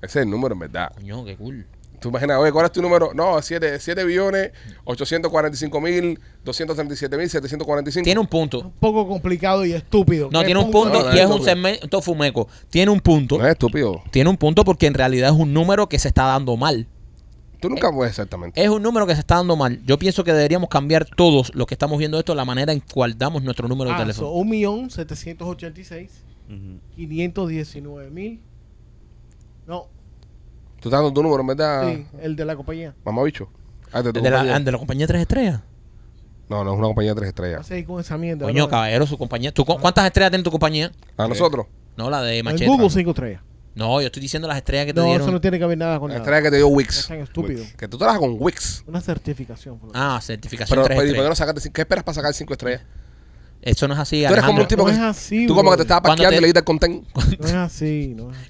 Ese es el número, en verdad.
Coño, qué cool.
Tú imaginas, oye, ¿cuál es tu número? No, 7 7 billones 845 mil 237 mil 745.
Tiene un punto.
Un poco complicado y estúpido.
No,
¿Qué
tiene un
No,
punto
no,
y es
no,
un
no.
segmento fumeco. Tiene un punto.
No es estúpido.
Tiene un punto porque en realidad es un número que se está dando mal.
Tú
Eh.
nunca puedes exactamente.
Es un número que se está dando mal. Yo pienso que deberíamos cambiar todos los que estamos viendo esto la manera en cual damos nuestro número de
Ah,
teléfono.
son un millón setecientos ochenta y seis,
Eh,
quinientos diecinueve mil. No,
Tú estás dando tu número, en ¿verdad?
sí, el de la compañía.
Mamá bicho. Ah, de tu
de, la,
compañía.
de la compañía tres estrellas.
No, no, es una compañía de tres estrellas.
Hace ahí con esa mierda.
Coño,
brother.
caballero, su compañía. ¿Tú,
Ah.
cu- ¿Cuántas estrellas tiene tu compañía?
A nosotros.
No, la de
En
Machete.
Google cinco estrellas.
No, yo estoy diciendo las estrellas que te
No,
dieron.
eso no tiene que ver nada con
La
nada.
estrella que te dio
No es
Wix.
tan estúpido.
Que tú trabajas con Wix.
Una certificación. por lo
Ah, certificación
Pero,
tres
pero, ¿y por qué no
estrellas.
sacaste cinco? ¿Qué esperas para sacar cinco estrellas?
Eso no es
Tú
así,
eres como
Alejandro.
un tipo
No
que.
es así,
tú como que te
bro.
estabas
Cuando
paqueando
te-
y le diste el content.
menos. No es así, no es así.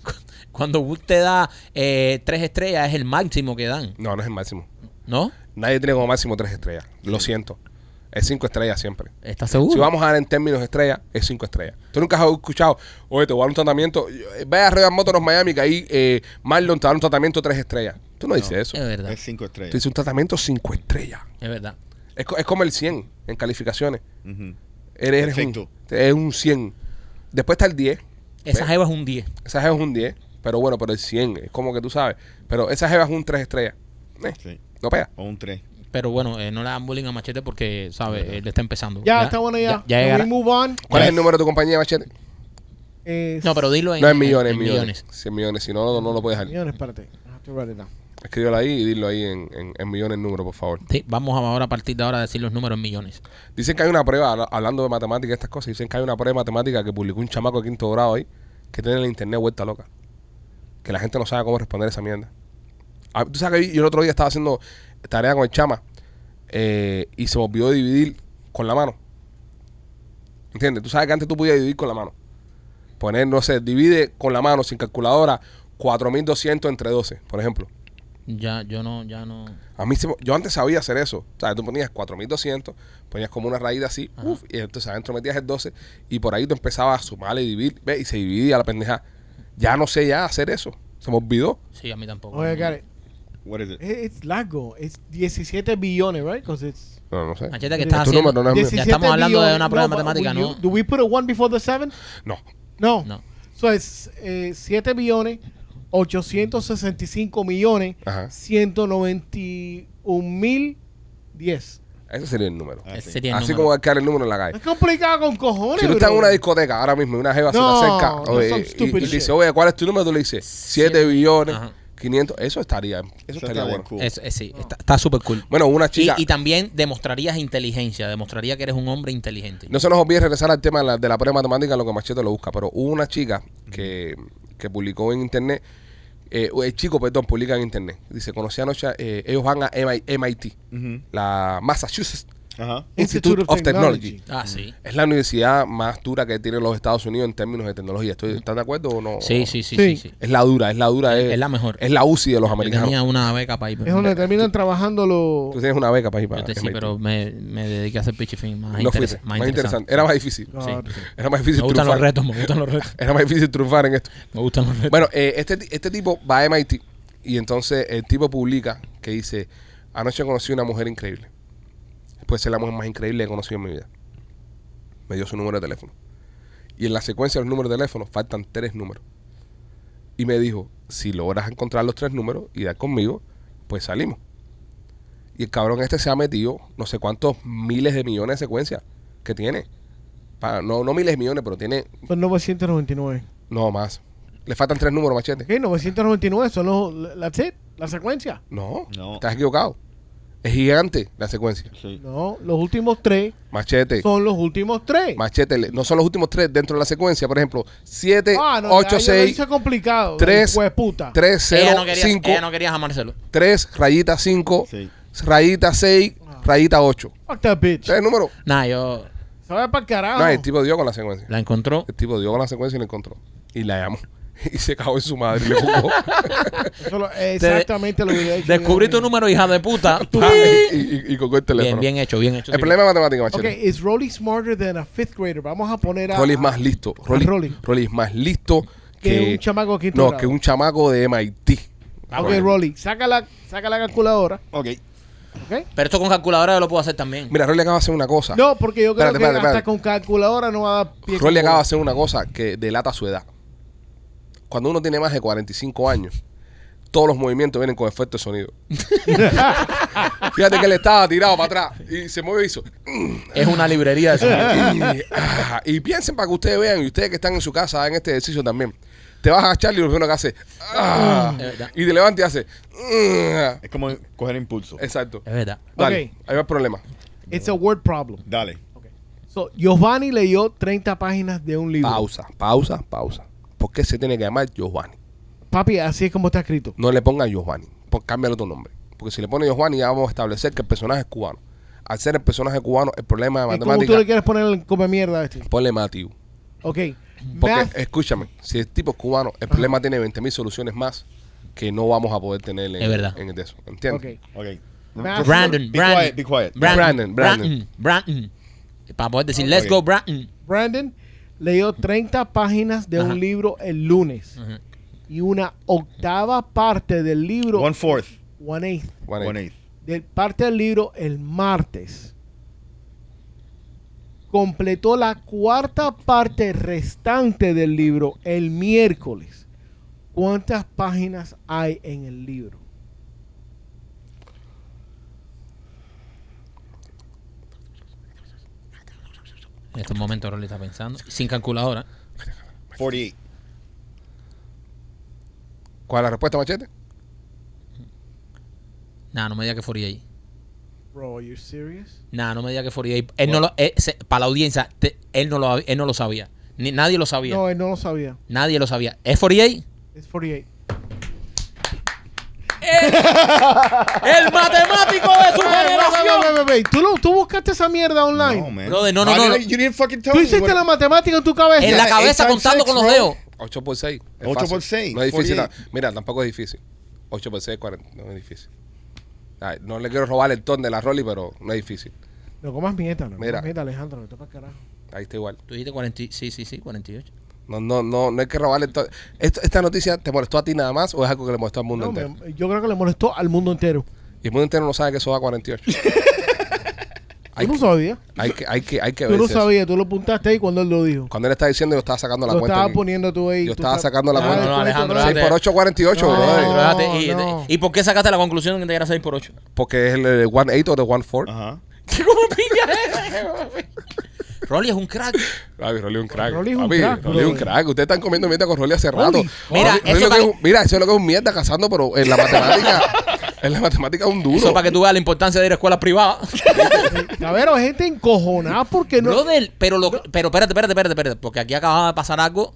Cuando Google te da eh, tres estrellas es el máximo que dan,
No, no es el máximo.
¿no?
Nadie tiene como máximo tres estrellas. Lo siento. Es cinco estrellas siempre.
¿Estás seguro?
Si vamos a dar en términos de estrellas, es cinco estrellas. Tú nunca has escuchado, oye, te voy a dar un tratamiento. eh, Ve a Real Motors Miami, que ahí eh, Marlon te va a dar un tratamiento tres estrellas. Tú no, dices eso.
Es verdad,
Es cinco
Tú
estrellas.
dices un tratamiento cinco estrellas.
es verdad.
Es, co- es como el 100 en calificaciones.
Ujú.
Eres, eres un,
Perfecto.
es un 100. Después está el 10.
Esa jeva es un 10.
Esa jeva es un 10. Pero bueno, pero el 100 es como que tú sabes. Pero esa jeva es un 3 estrellas. Eh,
Sí.
No pega.
O un tres.
Pero bueno, eh, no le dan bullying a Machete porque, ¿sabes? Él está empezando.
Ya, está bueno ya.
Ya,
Can
llegará.
we move on?
¿Cuál es
Yes.
el número de tu compañía, Machete?
Eh,
No, pero dilo en,
No es millones,
en-
es
en
millones. 100 millones. Si no, no, no lo puedes dejar.
Millones, Eh, espérate. I have to write it down.
Escríbelo ahí y dilo ahí en, en- en millones el número, por favor.
Sí, vamos ahora a partir de ahora a decir los números en millones.
Dicen que hay una prueba, habla- hablando de matemáticas y estas cosas, dicen que hay una prueba de matemática que publicó un chamaco de quinto grado ahí, que tiene el internet vuelta loca. Que la gente no sabe cómo responder esa mierda. Ah, Tú sabes que yo el otro día estaba haciendo tarea con el chama eh, y se me olvidó dividir con la mano. ¿Entiendes? Tú sabes que antes tú podías dividir con la mano. Poner, no sé, divide con la mano sin calculadora 4.200 entre 12, por ejemplo.
Ya, yo no, ya no.
A mí se me- yo antes sabía hacer eso. O sea, tú ponías 4200, ponías como una raíz así, uf, y entonces adentro metías el 12 y por ahí tú empezabas a sumar y dividir, ve, y se dividía la pendeja. Ya no sé ya hacer eso. Se me olvidó.
Sí, a mí tampoco.
Oye, Gary,
What is
Eh,
it?
it- it's largo. It's 17 billones, right? Because it's...
No, no sé.
Machete que
Es
estás
tu
haciendo.
número, no es mío.
Ya estamos
17
hablando de una
billones.
prueba
eh, No, but
matemática,
will
¿no?
you- Do we put a one before the seven?
No.
No.
No.
So es eh, 7 billones, 865 millones,
Ajá.
191 mil 10.
Ese sería el número.
Ah,
Ese
sí.
sería el
Así
número.
como va a quedar el número en la calle.
Es complicado con cojones.
Si tú estás en
bro.
una discoteca ahora mismo y una jeva
No,
se te acerca
no
oye,
son
y- y,
stupid
te
shit.
dice, oye, ¿cuál es tu número? Tú le dices, 7
Siete.
billones,
Ajá.
500. Eso estaría, eso estaría
está bien
bueno.
cool.
Es- es- sí, está- está súper cool.
Bueno, una
Y,
chica.
y también demostrarías inteligencia, demostraría que eres un hombre inteligente.
No se nos olvide regresar al tema de la, de la prueba de matemática, lo que Machete lo busca, pero hubo una chica que, que publicó en internet, eh, el chico, perdón, publica en internet. Dice, conocí anoche, eh, ellos van a MI- MIT,
Ujú.
la Massachusetts
Ajá.
Institute of Technology.
Ah, sí.
Es la universidad más dura que tienen los Estados Unidos en términos de tecnología. Estoy, ¿Están de acuerdo o no?
Mm. Sí, sí, sí,
Sí.
sí. sí.
Es la dura, es la dura.
Es la mejor.
Es la UCI de los
Yo tenía
americanos.
una beca para ir.
Es donde terminan trabajando
Tú
los.
tienes una beca para ir para
Yo te- sí,
MIT.
pero me, me dediqué a hacer pitching más,
no
interesa-
fuiste.
más,
Más interesante. Era más difícil.
Sí.
Era más
Me
difícil
gustan los
triunfar.
retos, me gustan los retos.
Era más difícil triunfar en esto.
Me gustan los retos.
Bueno, eh, este, ti- este tipo va a MIT y entonces el tipo publica que dice, anoche conocí una mujer increíble. Puede ser la mujer más increíble que he conocido en mi vida. Me dio su número de teléfono. Y en la secuencia de los números de teléfono faltan tres números. Y me dijo, si logras encontrar los tres números y dar conmigo, pues salimos. Y el cabrón este se ha metido no sé cuántos miles de millones de secuencias que tiene. Pa- no, no miles de millones, pero tiene...
Pues 999.
No, más. Le faltan tres números, machete.
Ok, 999 son los. That's it, la secuencia.
No,
No.
estás equivocado. Es gigante la secuencia.
Sí.
No, los últimos tres
Machete.
son los últimos tres.
Machete. le- No son los últimos tres dentro de la secuencia. Por ejemplo, 7,
Ah, no,
8,
ya, ya lo
6,
hice complicado.
3,
Pues puta.
3,
ella,
0,
no quería,
5,
ella no quería amárselo.
3, rayita 5,
Sí.
rayita 6,
Ah.
rayita 8.
Fuck that bitch.
¿Sabes el número?
Nah, yo
Se va para carajo.
No, el tipo dio con la secuencia.
la encontró.
El tipo dio con la secuencia y la encontró. Y la llamó. Y se cagó en su madre y le jugó.
Eso lo- exactamente lo que hubiera hecho
Descubrí
yo.
tu número, hija de puta.
y, y, y colgó el
bien,
teléfono.
bien hecho, bien hecho.
el
sí.
problema de matemática, machete.
Ok, is Rolly smarter than a fifth grader? Vamos a poner a.
Rolly es más listo. Rolly,
Ah, Rolly.
Rolly es más listo
Que un chamaco de quinto
No,
grado.
que un chamaco de MIT.
Ah, Ok, Rolly, saca la, saca la calculadora.
Ok.
¿ok?
Pero esto con calculadora yo lo puedo hacer también.
Mira, Rolly acaba de hacer una cosa.
No, porque yo creo
Espérate,
que
espérate,
hasta
espérate.
con calculadora no va a dar pie.
Rolly acaba
con
de
bola.
hacer una cosa que delata su edad. Cuando uno tiene más de 45 años, todos los movimientos vienen con efecto de sonido. Fíjate que él estaba tirado para atrás y se movió y hizo.
Es una librería de sonido.
Y, ah, y piensen para que ustedes vean, y ustedes que están en su casa hagan este ejercicio también. Te vas a agachar y lo primero que hace. ah,
Es verdad.
y te levantas y hace. ah.
Es como coger impulso.
Exacto.
es verdad.
Dale, ahí va el problema.
It's a word problem.
Dale.
So, Giovanni leyó 30 páginas de un libro.
Pausa, pausa, pausa. ¿Por qué se tiene que llamar Giovanni?
Papi, así es como está escrito.
No le pongan Giovanni, por cámbiale tu nombre. Porque si le pones Giovanni ya vamos a establecer que el personaje es cubano. Al ser el personaje cubano, el problema de
Es como tú le
matemática,
quieres poner el come mierda a este.
ponle Matthew.
Ok.
Porque
Math-
escúchame, si el tipo es cubano, el problema tiene 20.000 soluciones más que no vamos a poder tener en,
Es verdad.
en el de eso. ¿Entiendes?
ok.
Ok.
Math-
Brandon,
Be
Brandon.
quiet, be quiet.
Brandon,
Brandon, Brandon.
Brandon, Brandon. Para poder decir, let's
Ok.
go, Brandon.
Brandon leyó 30 páginas de
Ajá.
un libro el lunes.
Ujú.
Y una octava parte del libro,
One fourth.
one eighth,
One
One
eight.
eighth.
del parte del libro el martes. Completó la cuarta parte restante del libro el miércoles. ¿Cuántas páginas hay en el libro?
En estos momentos Rolly está pensando. Sin calculadora.
48.
¿Cuál es la respuesta, Machete?
Nah, no me diga que 48.
Bro, are you serious?
Nah, no me diga que 48. Él no lo, eh, para la audiencia, te- él, no lo, él no lo sabía. Ni, nadie lo sabía.
No, eh. él no lo sabía.
Nadie lo sabía. ¿Es E 48?
Es 48.
¡El matemático de su
Ve,
generación!
ve, ve, ve. ¿Tú, lo- tú buscaste esa mierda online.
man.
Brother, no, no,
Why
no,
did I- You didn't fucking tell
Tú
me
hiciste
what-
la matemática en tu cabeza.
En la
Yeah,
cabeza
eight times
contando
six,
con los
bro.
dedos.
8 por 6.
Ocho por seis,
No es difícil.
48.
nada. Mira, tampoco es difícil. 8 por 6 es 40. No es difícil. Ay, no le quiero robar el ton de la Rolly, pero no es difícil.
No comas mierda, no
Mira.
comas mierda, Alejandro, me topa el carajo.
Ahí está igual.
Tú dijiste 40, y- sí, sí, sí, 48.
No, no, no, no hay que robarle todo. Esto- ¿Esta noticia te molestó a ti nada más o es algo que le molestó al mundo
No,
entero?
me- yo creo que le molestó al mundo entero.
Y el mundo entero no sabe que eso va a 48. hay,
Tú no
que,
sabías.
hay que, hay que, hay que
Tú no
verse eso.
sabías, tú lo apuntaste ahí cuando él lo dijo.
Cuando él estaba diciendo, yo estaba sacando la
Lo
cuenta.
estaba
aquí.
poniendo tú ahí.
Yo
tú
estaba
estás-
sacando la
Ah,
cuenta.
No, no,
tú-
Alejandro,
tú-
Seis por 8, 48,
No.
brother.
Ah,
Espérate, y,
no.
¿Y por qué sacaste la conclusión que te era 6 por 8?
Porque es el, el 1-8 o de
Ah.
1-4.
Ajá.
¿Cómo pilla eso? Rolly es un crack.
Papi, Ah, Rolly es un crack.
Rolly es un
Papi,
crack,
Rolly es un
brother.
crack. Ustedes están comiendo mierda con Rolly hace rato.
Rolly,
Mira,
Rolly
eso
lo que
para-
es un- mira, eso es lo que es un mierda cazando, pero en la matemática, en la matemática es un duro.
Eso para que tú veas la importancia de ir a escuela privada.
Cabrero, hay gente encojonada porque no.
Brother, pero, lo, pero espérate, espérate, espérate, espérate, porque aquí acababa de pasar algo.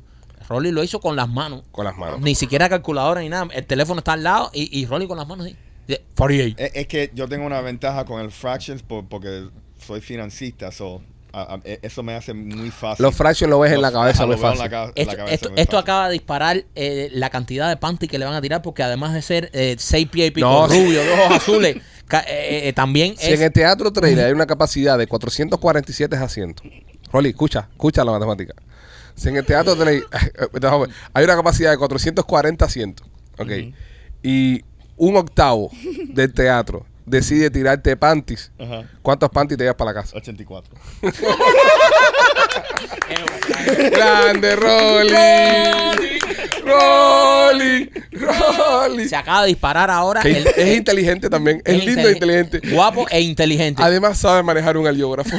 Rolly lo hizo con las manos.
Con las manos.
Ni siquiera calculadora ni nada. El teléfono está al lado y, y Rolly con las manos así. De- 48.
Es, es que yo tengo una ventaja con el fractions por- porque soy financista, so, a- a- e- eso me hace muy fácil.
Los fractions lo ves en la
Los-
cabeza
ajá,
muy
lo veo en
fácil.
la ca- en la
Esto,
cabeza
esto,
muy
esto
fácil.
acaba de disparar eh, la cantidad de panty que le van a tirar porque además de ser eh, seis pies y pico
No, sí.
rubio, de ojos azules, ca- eh, eh, también
Si
es...
en el teatro trailer hay una capacidad de 447 asientos. Rolly, escucha, escucha la matemática. Si en el teatro trailer eh, hay una capacidad de 440 asientos, ok, y un octavo del teatro decide tirarte panties,
Ajá.
¿cuántos panties te llevas para la casa?
84.
¡Grande, Rolly! ¡Rolly! ¡Rolly!
Se acaba de disparar ahora.
Que
el-
es inteligente también, es,
el
lindo e
inteligen-
inteligente.
Guapo e inteligente.
Además sabe manejar un heliógrafo.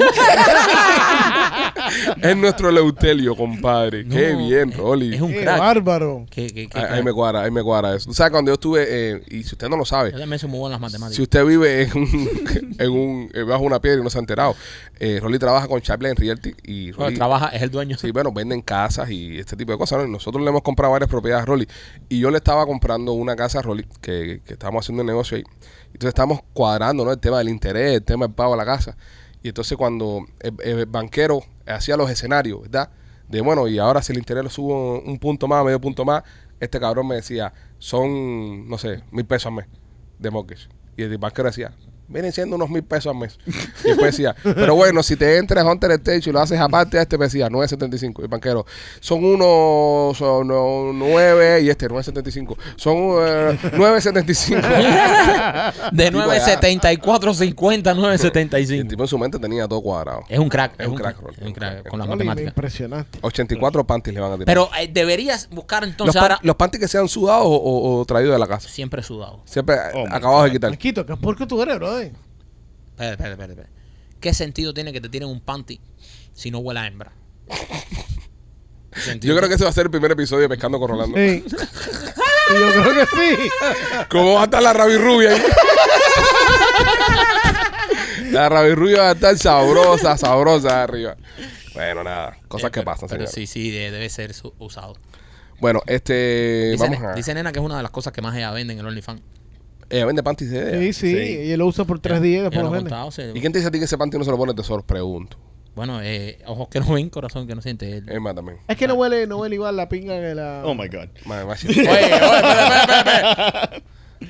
es nuestro Leutelio, compadre. Qué
No,
bien,
es-
Rolly.
Es un
Qué
crack.
bárbaro.
Que- que- que-
Ahí ahí me cuadra, ahí me cuadra eso. O sea, cuando yo estuve, eh, y si usted no lo sabe,
Yo también soy muy bueno en las
si
matemáticas.
usted vive en un, en un eh, bajo una piedra y no se ha enterado, eh, Rolly trabaja con Chaplin Realty y
Bueno,
Rolly-
trabaja, es el dueño.
Sí, bueno, venden casas y este tipo de cosas. ¿no? Y Nosotros le hemos comprado varias propiedades a Rolly. Y yo le estaba comprando una casa a Rolly, que, que estábamos haciendo un negocio ahí. Entonces estábamos cuadrando ¿no? el tema del interés, el tema del pago a la casa. Y entonces cuando el, el banquero hacía los escenarios, ¿verdad? De bueno, y ahora si el interés lo subo un punto más, medio punto más, este cabrón me decía, son, no sé, mil pesos al mes de mortgage. Y el banquero decía, vienen siendo unos mil pesos al mes. Y después decía, pero bueno, si te entras a Hunter Stage y lo haces aparte, este me decía 9.75. Y el banquero, son unos son no, nueve, y este 9.75. Son eh, 9.75.
De
tipo
974, 50,
y el
975.
tipo en su mente tenía todo cuadrado.
Es un crack.
Es un crack, Rolly,
Es un crack con las
Rolly, me
matemáticas.
impresionaste.
84 panties le van a tirar.
Pero eh, deberías buscar
los,
entonces
pan-
ahora.
los panties que sean sudados o, o- o traídos de la casa.
Siempre sudado.
Siempre
Oh, my
acabados de quitar.
Marquito, ¿qué porco tú eres, brother?
Espera, espera, espera, espera. ¿Qué sentido tiene que te tiren un panty si no huele a hembra? ¿Qué sentido
Yo creo que ese va a ser el primer episodio de Pescando con Rolando.
Sí. Y yo creo que sí.
¿Cómo va a estar la rabirrubia ahí? la rabirrubia va a estar sabrosa, sabrosa arriba. Bueno, nada,
tiene?
cosas que
Eh, pero-
pasan,
Pero
señor.
sí, sí, de- debe ser su- usado.
Bueno, este,
Dice,
vamos
ne-
a...
dice nena que es una de las cosas que más ella vende en el OnlyFans.
Ella vende panties de ella.
Sí, sí.
Sí.
Y él lo usa por tres días y
Ella
después
lo
lo
ha
vende.
contado, se-
¿Y quién te dice a ti que ese panty no se lo pone el tesoro? Pregunto.
Bueno, eh, ojos que no ven, corazón que no siente. Él-
Emma también.
Es que no huele, no huele igual la pinga que la.
Oh my God.
Ma- ma-
Oye, oye, espera, espera, espera, espera.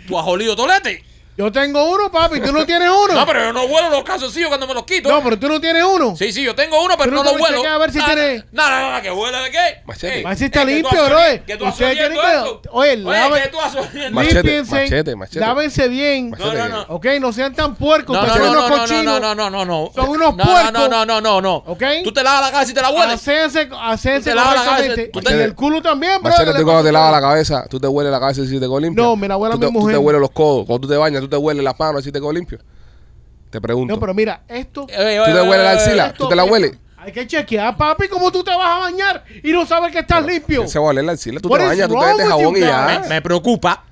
¿Tú has olido tolete?
Yo tengo uno, papi. Tú no tienes uno.
No, pero yo no vuelo los calzoncillos cuando me los quito.
No, pero tú no tienes uno.
Sí, sí, yo tengo uno, pero
Pero
no
nunca
lo
me
vuelo.
chequea a ver si
no,
tiene-
No, no, no, no, que huele de qué.
Machete.
Ey,
A ver si está
es que tú
limpio,
has
bro.
olido- Que tú has
Ustedes
olido
tienen que-
esto.
Oye, lave-
que tú has olido-
Ma- Machete,
Límpiense,
machete, machete.
Lávense bien.
Machete.
No, no, no.
Ok, no sean tan puercos.
No,
que
no,
son
no, no,
unos
no,
cochinos.
no, no, no, no, no.
Son unos
No,
puercos. Ah,
No, no, no, no, no.
¿Ok?
Tú te lavas la cabeza y te la hueles.
Hacense, hacense
Te lava la
correctamente.
cabeza, tú
Y
te-
el culo también, bro.
Machete,
que
tú
le
cuando te
pasa
lavas
todo.
la cabeza, tú te hueles la cabeza y si te quedas limpio.
No, me la huele a
Tú te-
mi mujer.
Tú te hueles los codos. Cuando tú te bañas, tú te hueles las manos si te quedas limpio. Te pregunto.
No, pero mira, esto.
Eh,
eh,
¿Tú te hueles la axila?
esto-
¿Tú te la hueles?
Hay que chequear, papi, cómo tú te vas a bañar y no sabes que estás limpio.
Se va a oler la axila. Tú
What
te
is
bañas, tú te
wrong
metes
with
jabón
you
y
guys?
ya.
Me preocupa.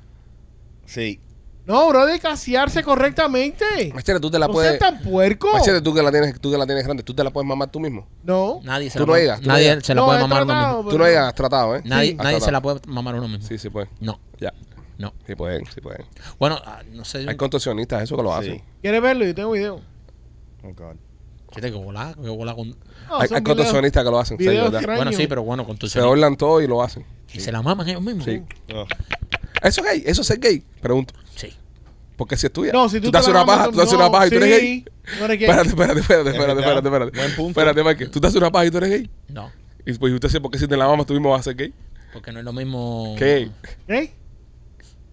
Sí.
No, bro, de casearse correctamente.
Machete, tú te la
No seas
puedes.
tan puerco.
Machete, tú que la tienes, tú que la tienes grande, tú te la puedes mamar tú mismo.
No.
Nadie se
Tú
la
no
puede-
digas, tú no
Nadie
digas.
se la
No,
puede
he
mamar uno
tratado,
mismo.
Tú no
pero-
hayas tratado, ¿eh?
Nadie,
Has
nadie se la
tratado.
puede mamar uno mismo.
Sí, sí pueden.
No.
Ya.
No.
Sí pueden, sí pueden.
Bueno, ah, no sé.
Hay contorsionistas, eso que lo
Sí.
hacen.
¿Quieres verlo? Yo tengo video.
Oh God.
Yo tengo que volar, tengo que volar con.
No,
hay
son
hay
videos-
contorsionistas que lo hacen, sí,
videos
¿verdad?
que-
Bueno,
Extraño.
sí, pero bueno, con tu
Se doblan todo y lo hacen.
Y se la maman ellos mismos.
Sí.
Ugh.
¿Eso es gay? ¿Eso es ser gay? Pregunto.
Sí.
Porque si es tuya.
No, si tú,
tú te haces
la
una paja,
mamas,
tú te haces una
no,
paja y tú eres
sí,
gay.
no eres gay.
Espérate, espérate, espérate, espérate,
verdad.
espérate, espérate.
Buen punto.
Espérate, Mike. Tú te haces una paja y tú eres gay.
No.
Y pues usted dice, ¿por qué si te la mamas tú mismo vas a ser gay?
Porque no es lo mismo.
¿Qué?
¿Eh?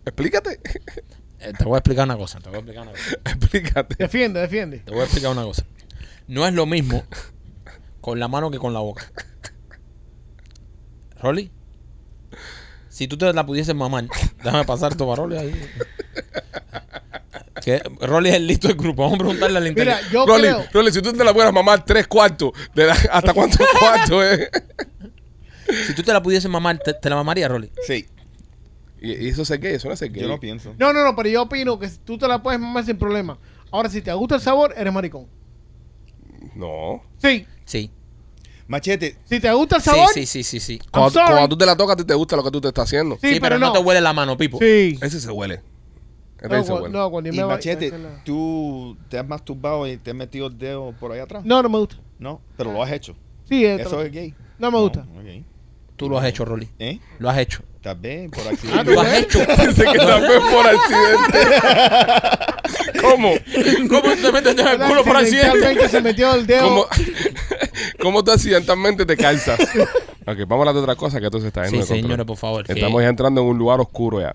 Explícate.
Eh, te voy a explicar una cosa. Te voy a explicar una cosa.
Explícate.
Defiende, defiende.
Te voy a explicar una cosa. No es lo mismo con la mano que con la boca. Rolly, si tú te la pudieses mamar, déjame pasar tu Rolly ahí. Que Rolly es el listo del grupo. Vamos a preguntarle al
Mira,
internet.
yo
Rolly,
creo.
Rolly, si tú te la puedas mamar tres cuartos, de la- ¿hasta cuántos cuartos eh?
Si tú te la pudieses mamar, te, te la mamaría, Rolly.
Sí,
Y, y eso es ser gay, eso no es ser gay.
yo lo pienso.
No, no, no, pero yo opino que tú te la puedes mamar sin problema. Ahora, si te gusta el sabor, eres maricón.
No.
Sí.
Sí.
Machete,
Si te gusta el
Sí,
sabor,
sí, sí, sí, sí.
I'm
Cuando,
sorry.
cuando tú te la tocas, a ti te gusta lo que tú te estás haciendo.
Sí,
Sí, pero,
pero
no.
no.
te huele la mano, Pipo.
Sí.
Ese se huele. Ese
No,
se
cu-
huele.
no, cuando yo
y
me voy-
Machete,
esa es la-
tú te has masturbado y te has metido el dedo por ahí atrás.
No, no me gusta.
No, pero lo has hecho.
Sí, eh,
Eso es gay.
no me gusta.
ok.
Tú lo has hecho, Rolly.
¿Eh?
Lo has hecho.
Tal vez por
Ah, tú-
accidente.
Lo has hecho.
Dice que también por accidente. ¿Cómo?
¿Cómo te metes en el
Accidentalmente
culo por accidente?
se metió el dedo.
¿Cómo, cómo tú accidentalmente te calzas? ok, vamos a hablar de otra cosa que entonces está en
Sí, señores, por favor, que-
Estamos ya entrando en un lugar oscuro ya.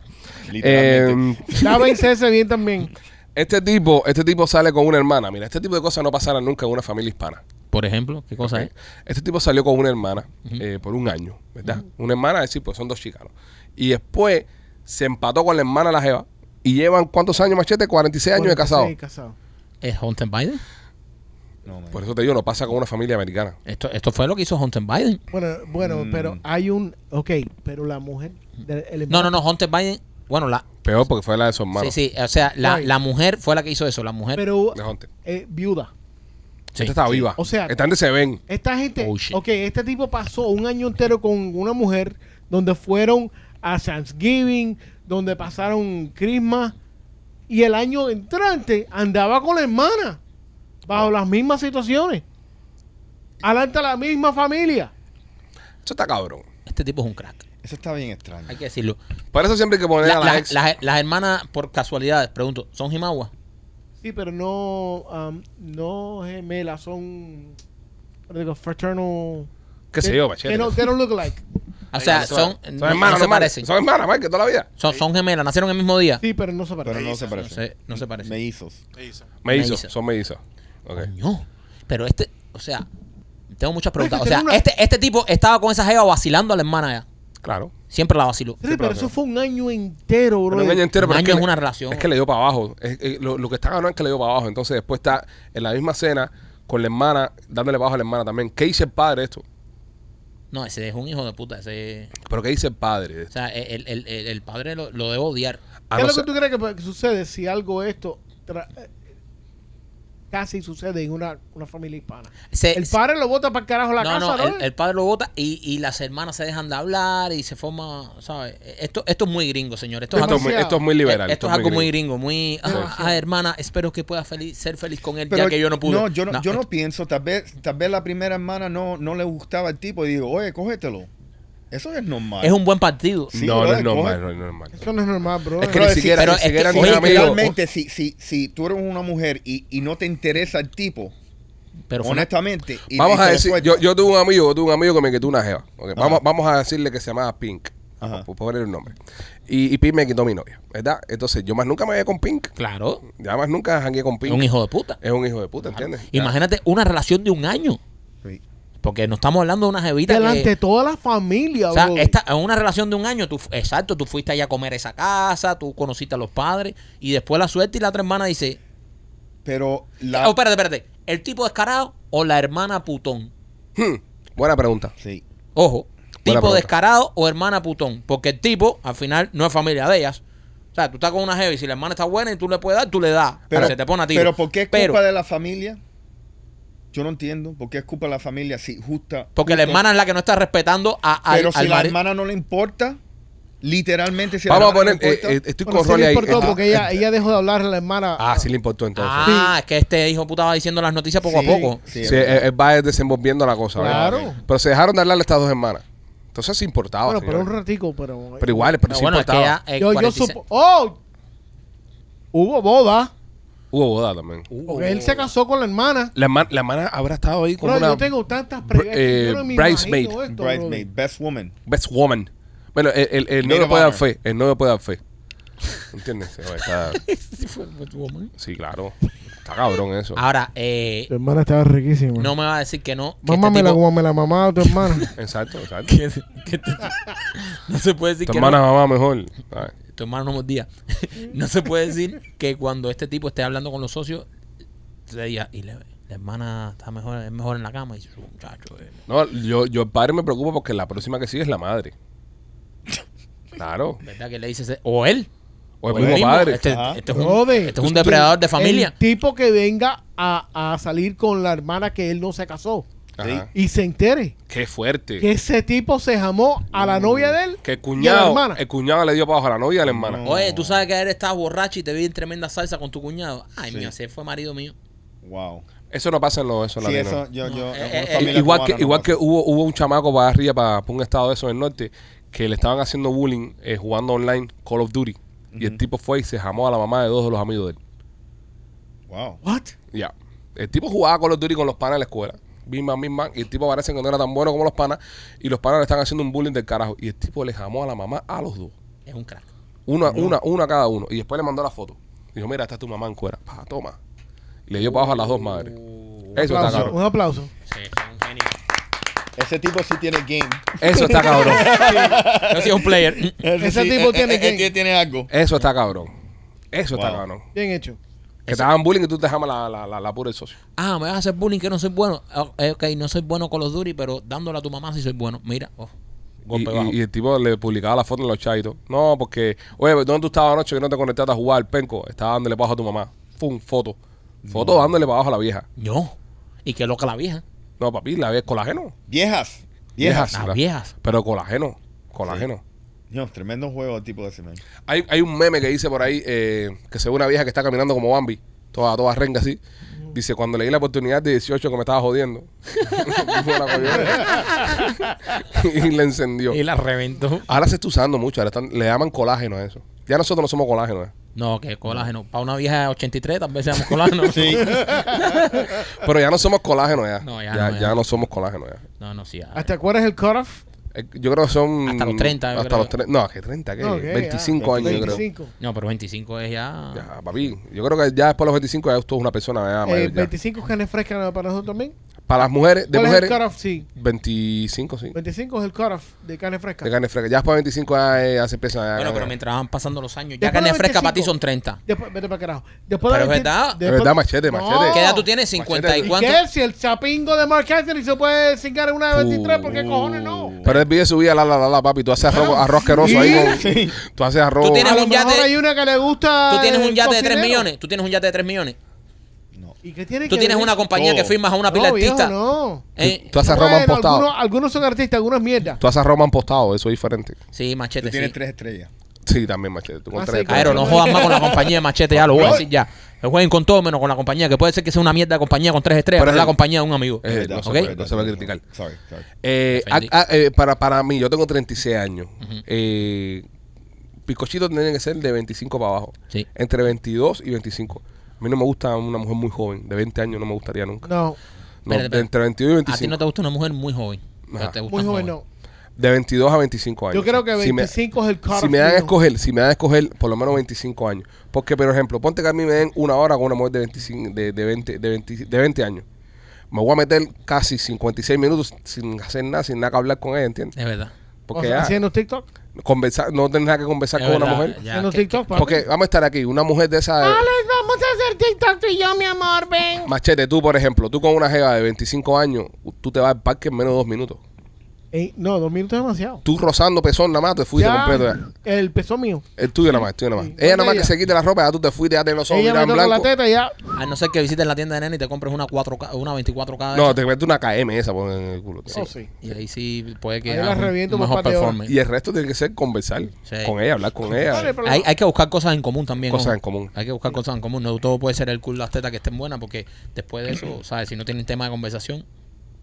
Literalmente.
Eh,
Lávense ese bien también.
este tipo, este tipo sale con una hermana. Mira, este tipo de cosas no pasaran nunca en una familia hispana.
Por ejemplo, ¿qué cosa es?
Este tipo salió con una hermana eh, por un año, ¿verdad? Una hermana, es decir, pues son dos chicanos. Y después se empató con la hermana de la Jeva. Y llevan cuántos años, machete? 46 años de casado.
Sí, casado.
¿Es Hunter Biden?
No, man.
Por eso te digo, no pasa con una familia americana.
Esto, esto fue lo que hizo Hunter Biden.
Bueno, bueno,
Mm.
pero hay un. Ok, pero la mujer. de- el
No, no,
hermano-
no, Hunter Biden. Bueno, la,
Peor porque fue la de su hermano.
sí, sí, o sea, la,
Ay.
la mujer fue la que hizo eso, la mujer.
Pero
De Hunter.
eh, viuda.
Sí.
Esta está viva.
O sea-
Están de se ven.
Esta gente.
Oh, shit.
ok, este tipo pasó un año entero con una mujer donde fueron a Thanksgiving, donde pasaron Christmas. Y el año entrante andaba con la hermana. Bajo las mismas situaciones. Alanta la misma familia.
Eso está cabrón.
Este tipo es un crack,
Eso está bien extraño.
hay que decirlo.
Por eso siempre hay que poner
La-
a
la-
la ex.
las- las hermanas, por casualidades, pregunto, ¿son Jimawa?
Sí, pero no, am, no gemelas, son ¿cómo digo? fraternal.
¿Qué sé yo, machete?
Que no, they don't look like.
O sea,
Ay,
son,
Son
no,
hermanas,
no se
no
parecen.
Son
Son,
hermanas, Mike, toda la vida.
son gemelas, nacieron el mismo día.
Sí, pero no se parecen.
Pero no se
No
parece.
se, no se parecen.
Mellizos.
Hizo.
Me hizo.
Melliza.
Son mellizos. Ok.
Coño, pero este, o sea, tengo muchas preguntas.
que
O sea,
tener una-
este, este tipo estaba con esa jeva vacilando a la hermana ya.
Claro.
Siempre la vaciló.
Sí, pero eso fue un año entero, bro.
Pero un año entero,
Un
pero
año
que
es
le-
una relación.
Es que le dio para abajo. Es- es- lo, lo que está ganando es que le dio para abajo. Entonces después está en la misma cena con la hermana, dándole para abajo a la hermana también. ¿Qué dice el padre de esto?
No, ese es un hijo de puta. Ese,
¿Pero qué dice el padre de
o
esto?
sea, el, el- el- el padre lo, lo debe odiar.
A
¿Qué
no
es lo
ser-
que tú crees que, que sucede si algo esto tra- eh, casi sucede en una, una familia hispana?
Se-
el padre lo bota para el carajo la
no, no,
casa, ¿no?
el, el padre lo vota y, y las hermanas se dejan de hablar y se forma, ¿sabes? Esto, esto es muy gringo, señor. Esto es
Esto,
algo,
es muy, esto es muy liberal.
eh, esto es algo muy
gringo.
gringo, muy... Ah, ah, hermana, espero que pueda feliz- ser feliz con él
Pero
ya que yo no pude.
No, yo no, yo no
esto-
pienso. Tal vez, tal vez la primera hermana no, no le gustaba el tipo y digo, oye, cógetelo. Eso es normal.
Es un buen partido.
Sí,
no, no
brother,
es normal,
coge.
no es normal.
Eso no es normal, bro.
Es que
Pero
ni
sí,
siquiera,
pero
ni
es
siquiera
que-
ni
oye,
amigos.
Realmente, si, si, si tú eres una mujer y, y no te interesa el tipo,
Pero fue una-
honestamente. y- y
Vamos
te
a
lo
decir, yo,
sueltas,
yo tuve un amigo, yo tuve un amigo que me quitó una jeva. Ok,
Ajá.
Vamos, vamos a decirle que se llamaba Pink.
Ajá.
Por poner el nombre. Y, y Pink me quitó mi novia, ¿verdad? Entonces yo más nunca me veía con Pink.
claro,
Ya más nunca jangué con
es
Pink.
un hijo de puta.
Es un hijo de puta, ¿entiendes? Ya.
Imagínate una relación de un año.
Sí.
Porque no estamos hablando de una jevita
Delante
que...
de toda la familia,
O sea,
bro.
esta, en una relación de un año, tú, fu- exacto, tú fuiste allá a comer a esa casa, tú conociste a los padres, y después la suerte y la otra hermana dice,
Pero
Ah,
la.
oh, espérate, espérate, ¿el tipo descarado o la hermana putón?
Hmm, buena pregunta.
Sí.
Ojo, tipo
pregunta.
descarado o hermana putón, porque el tipo al final no es familia de ellas. O sea, tú estás con una heavy, si la hermana está buena y tú le puedes dar, tú le das.
Pero,
se te pone a ti.
pero ¿por qué es culpa
Pero,
de la familia? Yo no entiendo. ¿Por qué es culpa de la familia si justa.
Porque la
justo-
hermana es la que no está respetando a, al-
Pero
al
si la
mari-
hermana no le importa, Literalmente se
Vamos a
cerraron
poner,
las puertas.
eh, eh, estoy
Bueno,
con
sí
Rolly
le
ahí.
importó
Está-
porque ella, ella dejó de hablar a la hermana.
Ah, sí le importó entonces.
Ah, es que este hijo puta va diciendo las noticias poco
Sí,
a poco.
sí, es
Sí, eh, él,
verdad.
él va desenvolviendo la cosa. ¿verdad?
Claro.
Pero se dejaron de hablar estas dos hermanas. Entonces ah, sí importaba.
bueno, pero un
señores.
ratico, pero...
pero igual, pero
No,
sí
bueno, es que
importaba.
ya, eh,
yo, yo
46
supo... ¡Oh! Hubo boda.
Hubo boda también.
Uh.
Porque él se casó con la hermana.
La, herma- la hermana habrá estado ahí como
Bro,
una
yo tengo tantas
br-
preguntas.
eh,
yo no me
bridesmaid.
imagino esto, bro.
Bridesmaid, best woman.
best woman. Bueno, el, el, el novio
Maid of
puede dar
honor.
fe. El novio puede dar fe. ¿Entiendes? Sí, está- sí, claro. Está cabrón eso.
Ahora, eh,
Tu hermana estaba riquísima.
no me va a decir que no. Que este
Mámamela
tipo-
como me la mamaba tu hermana.
Exacto, exacto.
que- que este- no se puede decir
Tu
que
hermana
no.
mamá mejor. Ay,
Tu hermano no mordía. no se puede decir que cuando este tipo esté hablando con los socios, se diga, y la, la hermana está mejor, es mejor en la cama. Y dice, muchacho, eh,
No, yo, yo el padre me preocupa porque la próxima que sigue es la madre. Claro.
¿verdad que le dices? eh? O él.
O el
él
Pues mismo padre.
Este,
Ajá.
este es un,
Brother,
este es un depredador de familia.
El tipo que venga a, a salir con la hermana que él no se casó
Ajá.
y se entere
Qué fuerte.
que ese tipo se jamó a la novia de él.
Que el
y a la
cuñado, Eh,
hermana.
el cuñado le dio para abajo a la novia y a la hermana.
No.
Oye, tú sabes que él estaba borracho y te vi en tremenda salsa con tu cuñado. Ay, mío, ese fue marido mío.
Wow.
Eso no pasa en los eso en
Sí,
latinos.
eso yo, yo,
Eh,
en
eh,
una
eh,
I-
familia
Igual que,
cubana no
igual que
pasa.
hubo, hubo un chamaco para arriba, para, un estado de esos del norte, que le estaban haciendo bullying eh, jugando online Call of Duty. Y el tipo fue y se jamó a la mamá de dos de los amigos de él.
Wow.
What?
Ya. El tipo jugaba Call of Duty con los panas en la escuela. Bim bam, bim bam. Y el tipo parece que no era tan bueno como los panas. Y los panas le están haciendo un bullying del carajo. Y el tipo le jamó a la mamá a los dos.
Es un crack.
Una, una, una cada uno. Y después le mandó la foto. Dijo, mira, esta es tu mamá en cuera. Pa, toma. Y le dio para abajo a las dos madres. Eso está
Aplauso, un
cabrón.
aplauso.
Sí, es un genio.
Ese tipo sí tiene game.
Eso está cabrón.
Yo soy un player.
Ese eh,
tipo tiene game.
game. este tiene algo.
Eso está cabrón. Eso está
Wow.
cabrón.
Bien hecho.
Que te hagan bullying y tú te jamas la, la, la, la pura del socio.
Ah, me vas a hacer bullying que no soy bueno. Ah, eh, ok, no soy bueno con los duris, pero dándole a tu mamá sí soy bueno. Mira, oh,
Y,
golpe
y-
bajo.
y el tipo le publicaba la foto en los chats y todo. No, porque, oye, ¿dónde tú estabas anoche que no te conectaste a jugar, penco? Estaba dándole bajo a tu mamá. Fum, foto. Foto dándole para abajo a la vieja.
No. Y qué loca la vieja.
No, papi, la vieja es colágeno.
Viejas. Viejas.
Las
la-
viejas.
Pero colágeno. Colágeno.
Dios, tremendo juego el tipo de ese man.
Hay, hay un meme que dice por ahí eh, que se ve una vieja que está caminando como Bambi, toda, toda renga así. Dice, cuando le di la oportunidad de 18 que me estaba jodiendo. Dijo la cogió y la encendió.
Y la reventó.
Ahora se está usando mucho, ahora están- le llaman colágeno a eso. Ya nosotros no somos colágeno. ¿eh?
No, que colágeno. Para una vieja de 83 tal vez seamos colágeno.
Sí.
Pero ya no somos colágeno ya.
No,
ya,
ya
ya,
no, ya.
no somos colágeno ya.
No, no, sí. ah.
¿Hasta cuál es el cutoff?
Eh, Yo creo que son...
Hasta los 30, yo
Hasta
creo.
los 30. No, que 30, ¿qué?
No, ¿qué?
25
Ah,
años yo creo.
25.
No, pero 25 es ya...
Ya, papi, yo creo que ya después de los 25 ya tú eres una persona ya,
Eh,
mayor, Ah, ya.
25 canes frescas para nosotros también.
Para las mujeres, de
¿Cuál
mujeres,
es el cutoff? Sí.
25, sí.
25 es el cutoff de carne fresca.
De carne fresca. Ya después de 25 ya, eh, ya se empieza a.
Bueno, pero mientras van pasando los años,
Después
ya
de
carne fresca para ti
25.
son 30.
Después, vete para carajo. Después
Pero es
20
verdad.
Es verdad, machete, machete.
¿Qué edad tú tienes? 50 y
¿Y
cuánto.
¿Qué? Si el chapingo de Mark Anthony se puede cingar en una de 23, ¿por qué cojones no?
Pero él vive su vida, la, la, la, la, papi. Tú haces arroz, arroz asqueroso ahí con. Tú haces arroz.
Tú tienes
A
un
lo mejor
yate-
hay una que le gusta.
Tú tienes
el
un yate de 3
cocinero.
millones. Tú tienes un yate de 3 millones.
Este
¿Y qué tiene
Tú
que
tienes
ver?
una compañía que
Todo.
firmas a una
No,
pila
viejo,
artista.
No.
Eh,
Tú haces arroz
Bueno,
manpostado.
algunos, algunos son artistas, algunos mierda.
Tú haces arroz manpostado, eso es diferente.
Sí,
Tú
machete,
tienes
sí.
tres estrellas.
Sí, también, machete. Tú con
Ah,
tres
sí,
cosas.
Aero, no jodan más con la compañía de Machete, ya lo voy a decir ya. No Jueguen con todo menos con la compañía, que puede ser que sea una mierda de compañía con tres estrellas,
Por
pero es la
ejemplo.
compañía de un amigo.
Eh,
Verdad,
no se
¿ok?
puede, no se puede criticar.
Sorry, sorry.
Eh,
Defendí.
ah, ah, eh, para, para mí, yo tengo 36 años. eh, Picochito tiene que ser de 25 para abajo.
Sí.
Entre 22 y 25. A mí no me gusta una mujer muy joven. De 20 años no me gustaría nunca.
No,
No,
Espérate, espérate.
entre 22 y
A ti
25.
no te gusta una mujer muy joven. pero
Ajá.
te gusta
muy
un
joven no.
De 22 a 25 años.
Yo creo que
Si me-
25 es el cutoff.
Si me dan a
mío.
escoger, si me dan a escoger, por lo menos 25 años. Porque, por ejemplo, ponte que a mí me den una hora con una mujer de 25, de, de 20, de 20 de 20 años. Me voy a meter casi 56 minutos sin hacer nada, sin nada que hablar con ella, ¿entiendes?
Es verdad.
Porque
O sea,
ya
haciendo TikTok.
conversar, no tener nada que conversar
Es
con una
verdad,
mujer.
ya,
haciendo
que-
TikTok. papi.
Porque vamos a estar aquí, una mujer de esa...
Alex, vamos a hacer TikTok tú y yo, mi amor, ven.
Machete, tú, por ejemplo, tú con una jeva de 25 años, tú te vas al parque en menos de dos minutos.
Eh, no, dos minutos es demasiado.
Tú rozando pezón nada más, te fuiste
Ya,
completo. ya.
el peso mío.
El tuyo nada más, el tuyo nada más.
Sí.
Ella nada más
Ella.
que se quite la ropa, ya tú te fuiste, ya te los ojos
Ella me
miran
toca la
blanco.
teta y ya.
A no ser que visites la tienda de nene y te compres una 4K, una 24K.
No, te metes una KM esa por en el culo.
Oh, sí.
Y ahí sí puede que
Ahí la
hagas un-
reviento
un
por
mejor
par de horas.
performance.
Y el resto tiene que ser conversar
Sí.
con ella, hablar con
Vale,
ella.
pero-
Hay, hay que buscar cosas en común también.
Cosas
ojo.
en común.
Hay que buscar cosas en común. No todo puede ser el culo las tetas que estén buenas, porque después de eso, ¿sabes? Si no tienen tema de conversación.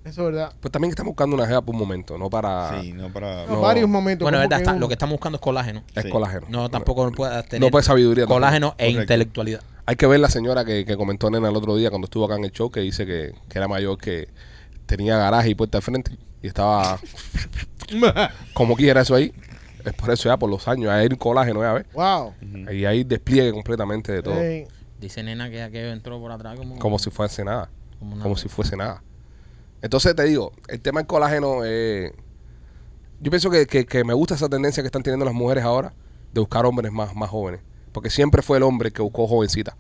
Eso es verdad.
Pues también estamos buscando una jeva por un momento, no para.
Sí, no para.
No,
Ah. No.
Varios momentos.
bueno,
como
verdad,
que
está-
uno-
lo que estamos buscando es colágeno.
Es
Sí.
colágeno.
No, tampoco puedes tener
No puede sabiduría. tampoco.
colágeno e
Correcto.
intelectualidad.
Hay que ver la señora que, que comentó Nena el otro día cuando estuvo acá en el show que dice que, que era mayor, que tenía garaje y puerta al frente y estaba como quiera eso ahí. Es por eso ya por los años, ahí el colágeno, ya ves.
Wow.
Y ahí despliegue completamente de todo.
Eh,
Dice nena que aquello entró por atrás como,
Como si fuese nada.
como una-
Como si fuese nada. Entonces te digo, el tema del colágeno, eh, yo pienso que, que- que me gusta esa tendencia que están teniendo las mujeres ahora de buscar hombres más, más jóvenes. Porque siempre fue el hombre que buscó jovencita.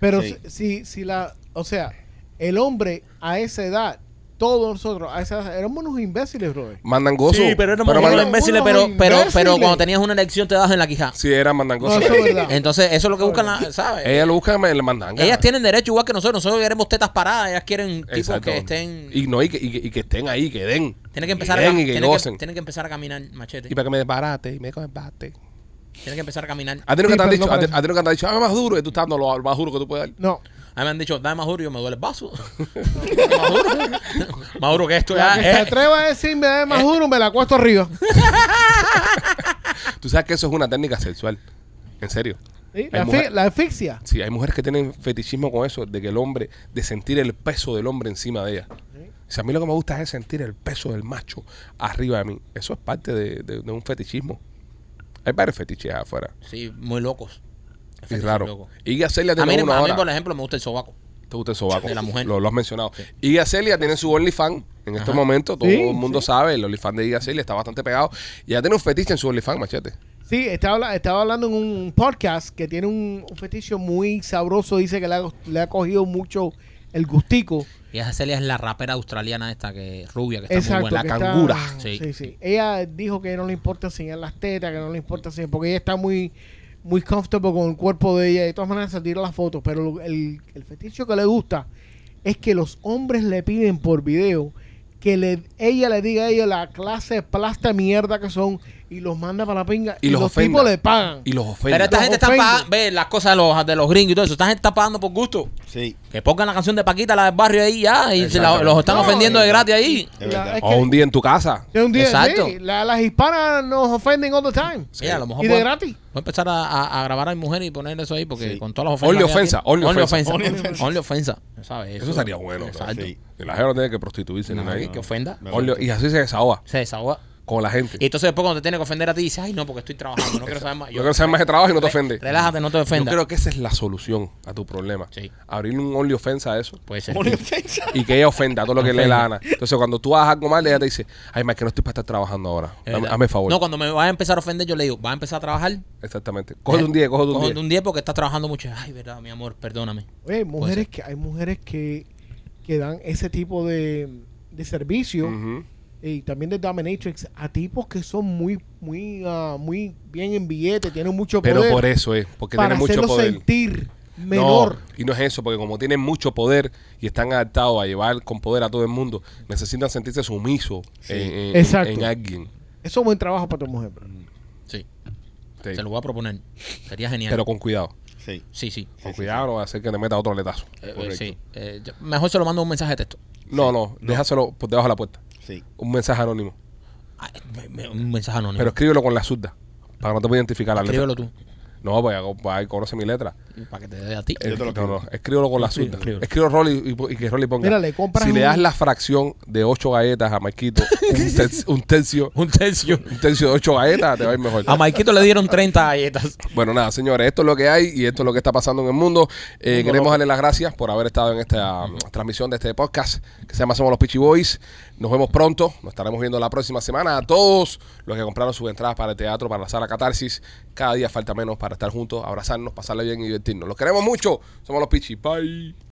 Pero
Sí.
si, si, si la. O sea, el hombre a esa edad, todos nosotros a esa edad, éramos unos imbéciles, brother.
Mandangoso.
Sí, pero éramos
Pero
unos
manda-
imbéciles,
unos
pero, pero, pero
imbéciles.
cuando tenías una elección te das en la quijá.
Sí, era
No,
mandangoso.
eso es verdad.
Entonces, eso es lo que buscan, la- ¿sabes?
Ella lo busca en el mandanga.
Ellas tienen derecho igual que nosotros. Nosotros queremos tetas paradas. Ellas quieren tipos
Exacto.
que estén.
Y, no, y, que, y que- y que estén ahí, que den.
tienen que empezar a
den
cam-
y que
tienen, que,
gocen.
tienen que empezar a caminar, machete.
Y para que me desbarate y me combate.
Tienen que empezar a caminar.
A ti lo que
Sí,
te han
pero no
dicho, a ti-
parece.
a ti lo que te han dicho, dame más duro. Y tú estás dando lo más duro que tú puedes dar.
No.
A mí me han dicho, dame más duro y yo me duele el vaso. más duro. Más duro que esto ya.
La que se
eh.
atreva a decirme de más duro, me la cuesto arriba.
Tú sabes que eso es una técnica sexual. En serio.
Sí,
Hay
La,
mujer-
fi- la asfixia.
Sí, hay mujeres que tienen fetichismo con eso, de que el hombre, de sentir el peso del hombre encima de ella. Si a mí lo que me gusta es sentir el peso del macho arriba de mí. Eso es parte de, de- de un fetichismo. Hay varios fetiches afuera.
Sí, muy locos.
Y
Fetiches
raro.
locos.
Y Gacelia
A mí,
Este tiene uno
a mí,
ahora.
por ejemplo, me gusta el sobaco.
Te gusta el sobaco.
De la mujer.
Lo, lo has mencionado. Y Gacelia tiene su OnlyFans. En este momento todo
Sí,
el mundo sabe, el OnlyFans de Gacelia está bastante pegado. Y ella tiene un fetiche en su OnlyFans, machete.
Sí, estaba, habla- estaba hablando en un podcast que tiene un, un fetiche muy sabroso. Dice que le ha, le ha cogido mucho el gustico.
Y esa Celia es la rapera australiana esta que rubia, que está muy
Exacto.
buena.
que
la
está-
cangura.
Sí.
Sí. sí, Ella dijo que no le importa enseñar las tetas, que no le importa enseñar, porque ella está muy muy comfortable con el cuerpo de ella. De todas maneras, se tira las fotos. Pero lo- el, el fetiche que le gusta es que los hombres le piden por video que le, ella le diga a ellos la clase de plasta mierda que son y los manda para la pinga
Y los ofenda.
tipos le pagan.
Y los ofende.
Pero esta
Los
gente está
ofende.
pagando, ve las cosas de los, de los gringos y todo eso. Esta gente está pagando por gusto.
Sí.
Que pongan la canción de Paquita, la del barrio ahí ya. Y se la- los están
No,
ofendiendo de gratis ahí.
Es verdad.
es
O un día en tu casa.
De un día,
Exacto.
sí, la- las hispanas nos ofenden all the time.
Sí, a lo mejor
y de
puedo-
gratis.
Voy a empezar a, a- a grabar a mi mujer y poner eso ahí porque
Sí.
con todas las ofensas.
Only
que ella
ofensa,
tiene-
only ofensa.
Only
Only
ofensa.
ofensa.
Only ofensa. ¿Sabes?
Eso estaría bueno.
Exacto.
¿no?
Sí.
Y la gente no tiene que prostituirse ni
No,
nada.
que- que ofenda.
No.
Only- y así se desahoga
Se desahoga.
con la gente.
Y entonces después cuando te tiene que ofender a ti, dices, ay no, porque estoy trabajando, no quiero saber más.
yo quiero saber más de trabajo y no te ofende.
Relájate, no te
Yo
ofendas.
creo que esa es la solución a tu problema.
Sí.
Abrir un only ofensa a eso.
Puede ser.
Only ofensa.
Y que ella ofenda todo lo que le
Ofenda.
da la gana. Entonces, cuando tú hagas algo mal, ella te dice: Ay, más que no estoy para estar trabajando ahora.
Es
Dame,
verdad.
hazme el favor.
No, cuando me va a empezar a ofender, yo le digo, va a empezar a trabajar.
Exactamente. Coge un 10, coge
Coge
un
de
10.
un 10 porque estás trabajando mucho. Ay, verdad, mi amor, perdóname.
Oye, hay mujeres
ser.
que, hay mujeres que, que dan ese tipo de, de servicio
Ujú.
y también de dominatrix a tipos que son muy muy ah, muy bien en billete, tienen mucho poder.
Pero por eso es, porque
para
tiene mucho
hacerlo
poder.
sentir menor.
No, y no es eso, porque como tienen mucho poder y están adaptados a llevar con poder a todo el mundo, necesitan sentirse sumisos en, en-
Exacto.
en alguien.
Eso es buen trabajo para tu mujer. bro.
Sí,
Sí.
te lo voy a proponer. Sería genial.
Pero con cuidado.
Sí.
sí, sí.
Con cuidado, no va a hacer que te meta otro letazo.
Eh, eh,
Correcto.
sí. Eh, yo- mejor se lo mando un mensaje de texto.
No, no, déjaselo por debajo de la puerta.
Sí.
Un mensaje anónimo.
Ay, me- me- un mensaje anónimo.
Pero escríbelo con la zurda. Para que no te pueda identificar la letra.
Escríbelo tú.
No, pues ahí- pues ahí conoce mi letra.
Para que te dé a ti.
Yo te lo
Eh, no,
escribo.
no, escríbelo con la
Escribe,
zurda.
escríbelo.
Escríbelo Rolly y, po- y que Rolly ponga.
Mira, le compras
si le das
un-
la fracción de 8 galletas a Maikito, un, terci- un tercio,
Un tercio.
un tercio de 8 galletas, te va a ir mejor.
A Maikito le dieron 30 galletas.
Bueno, nada, señores, esto es lo que hay y esto es lo que está pasando en el mundo. Eh, queremos darle las gracias por haber estado en esta um, transmisión de este podcast que se llama Somos los Pichi Boys. Nos vemos pronto, nos estaremos viendo la próxima semana. A todos los que compraron sus entradas para el teatro, para la sala Catarsis, cada día falta menos para estar juntos, abrazarnos, pasarle bien y divertirnos. Los queremos mucho, somos los Pichi. Bye.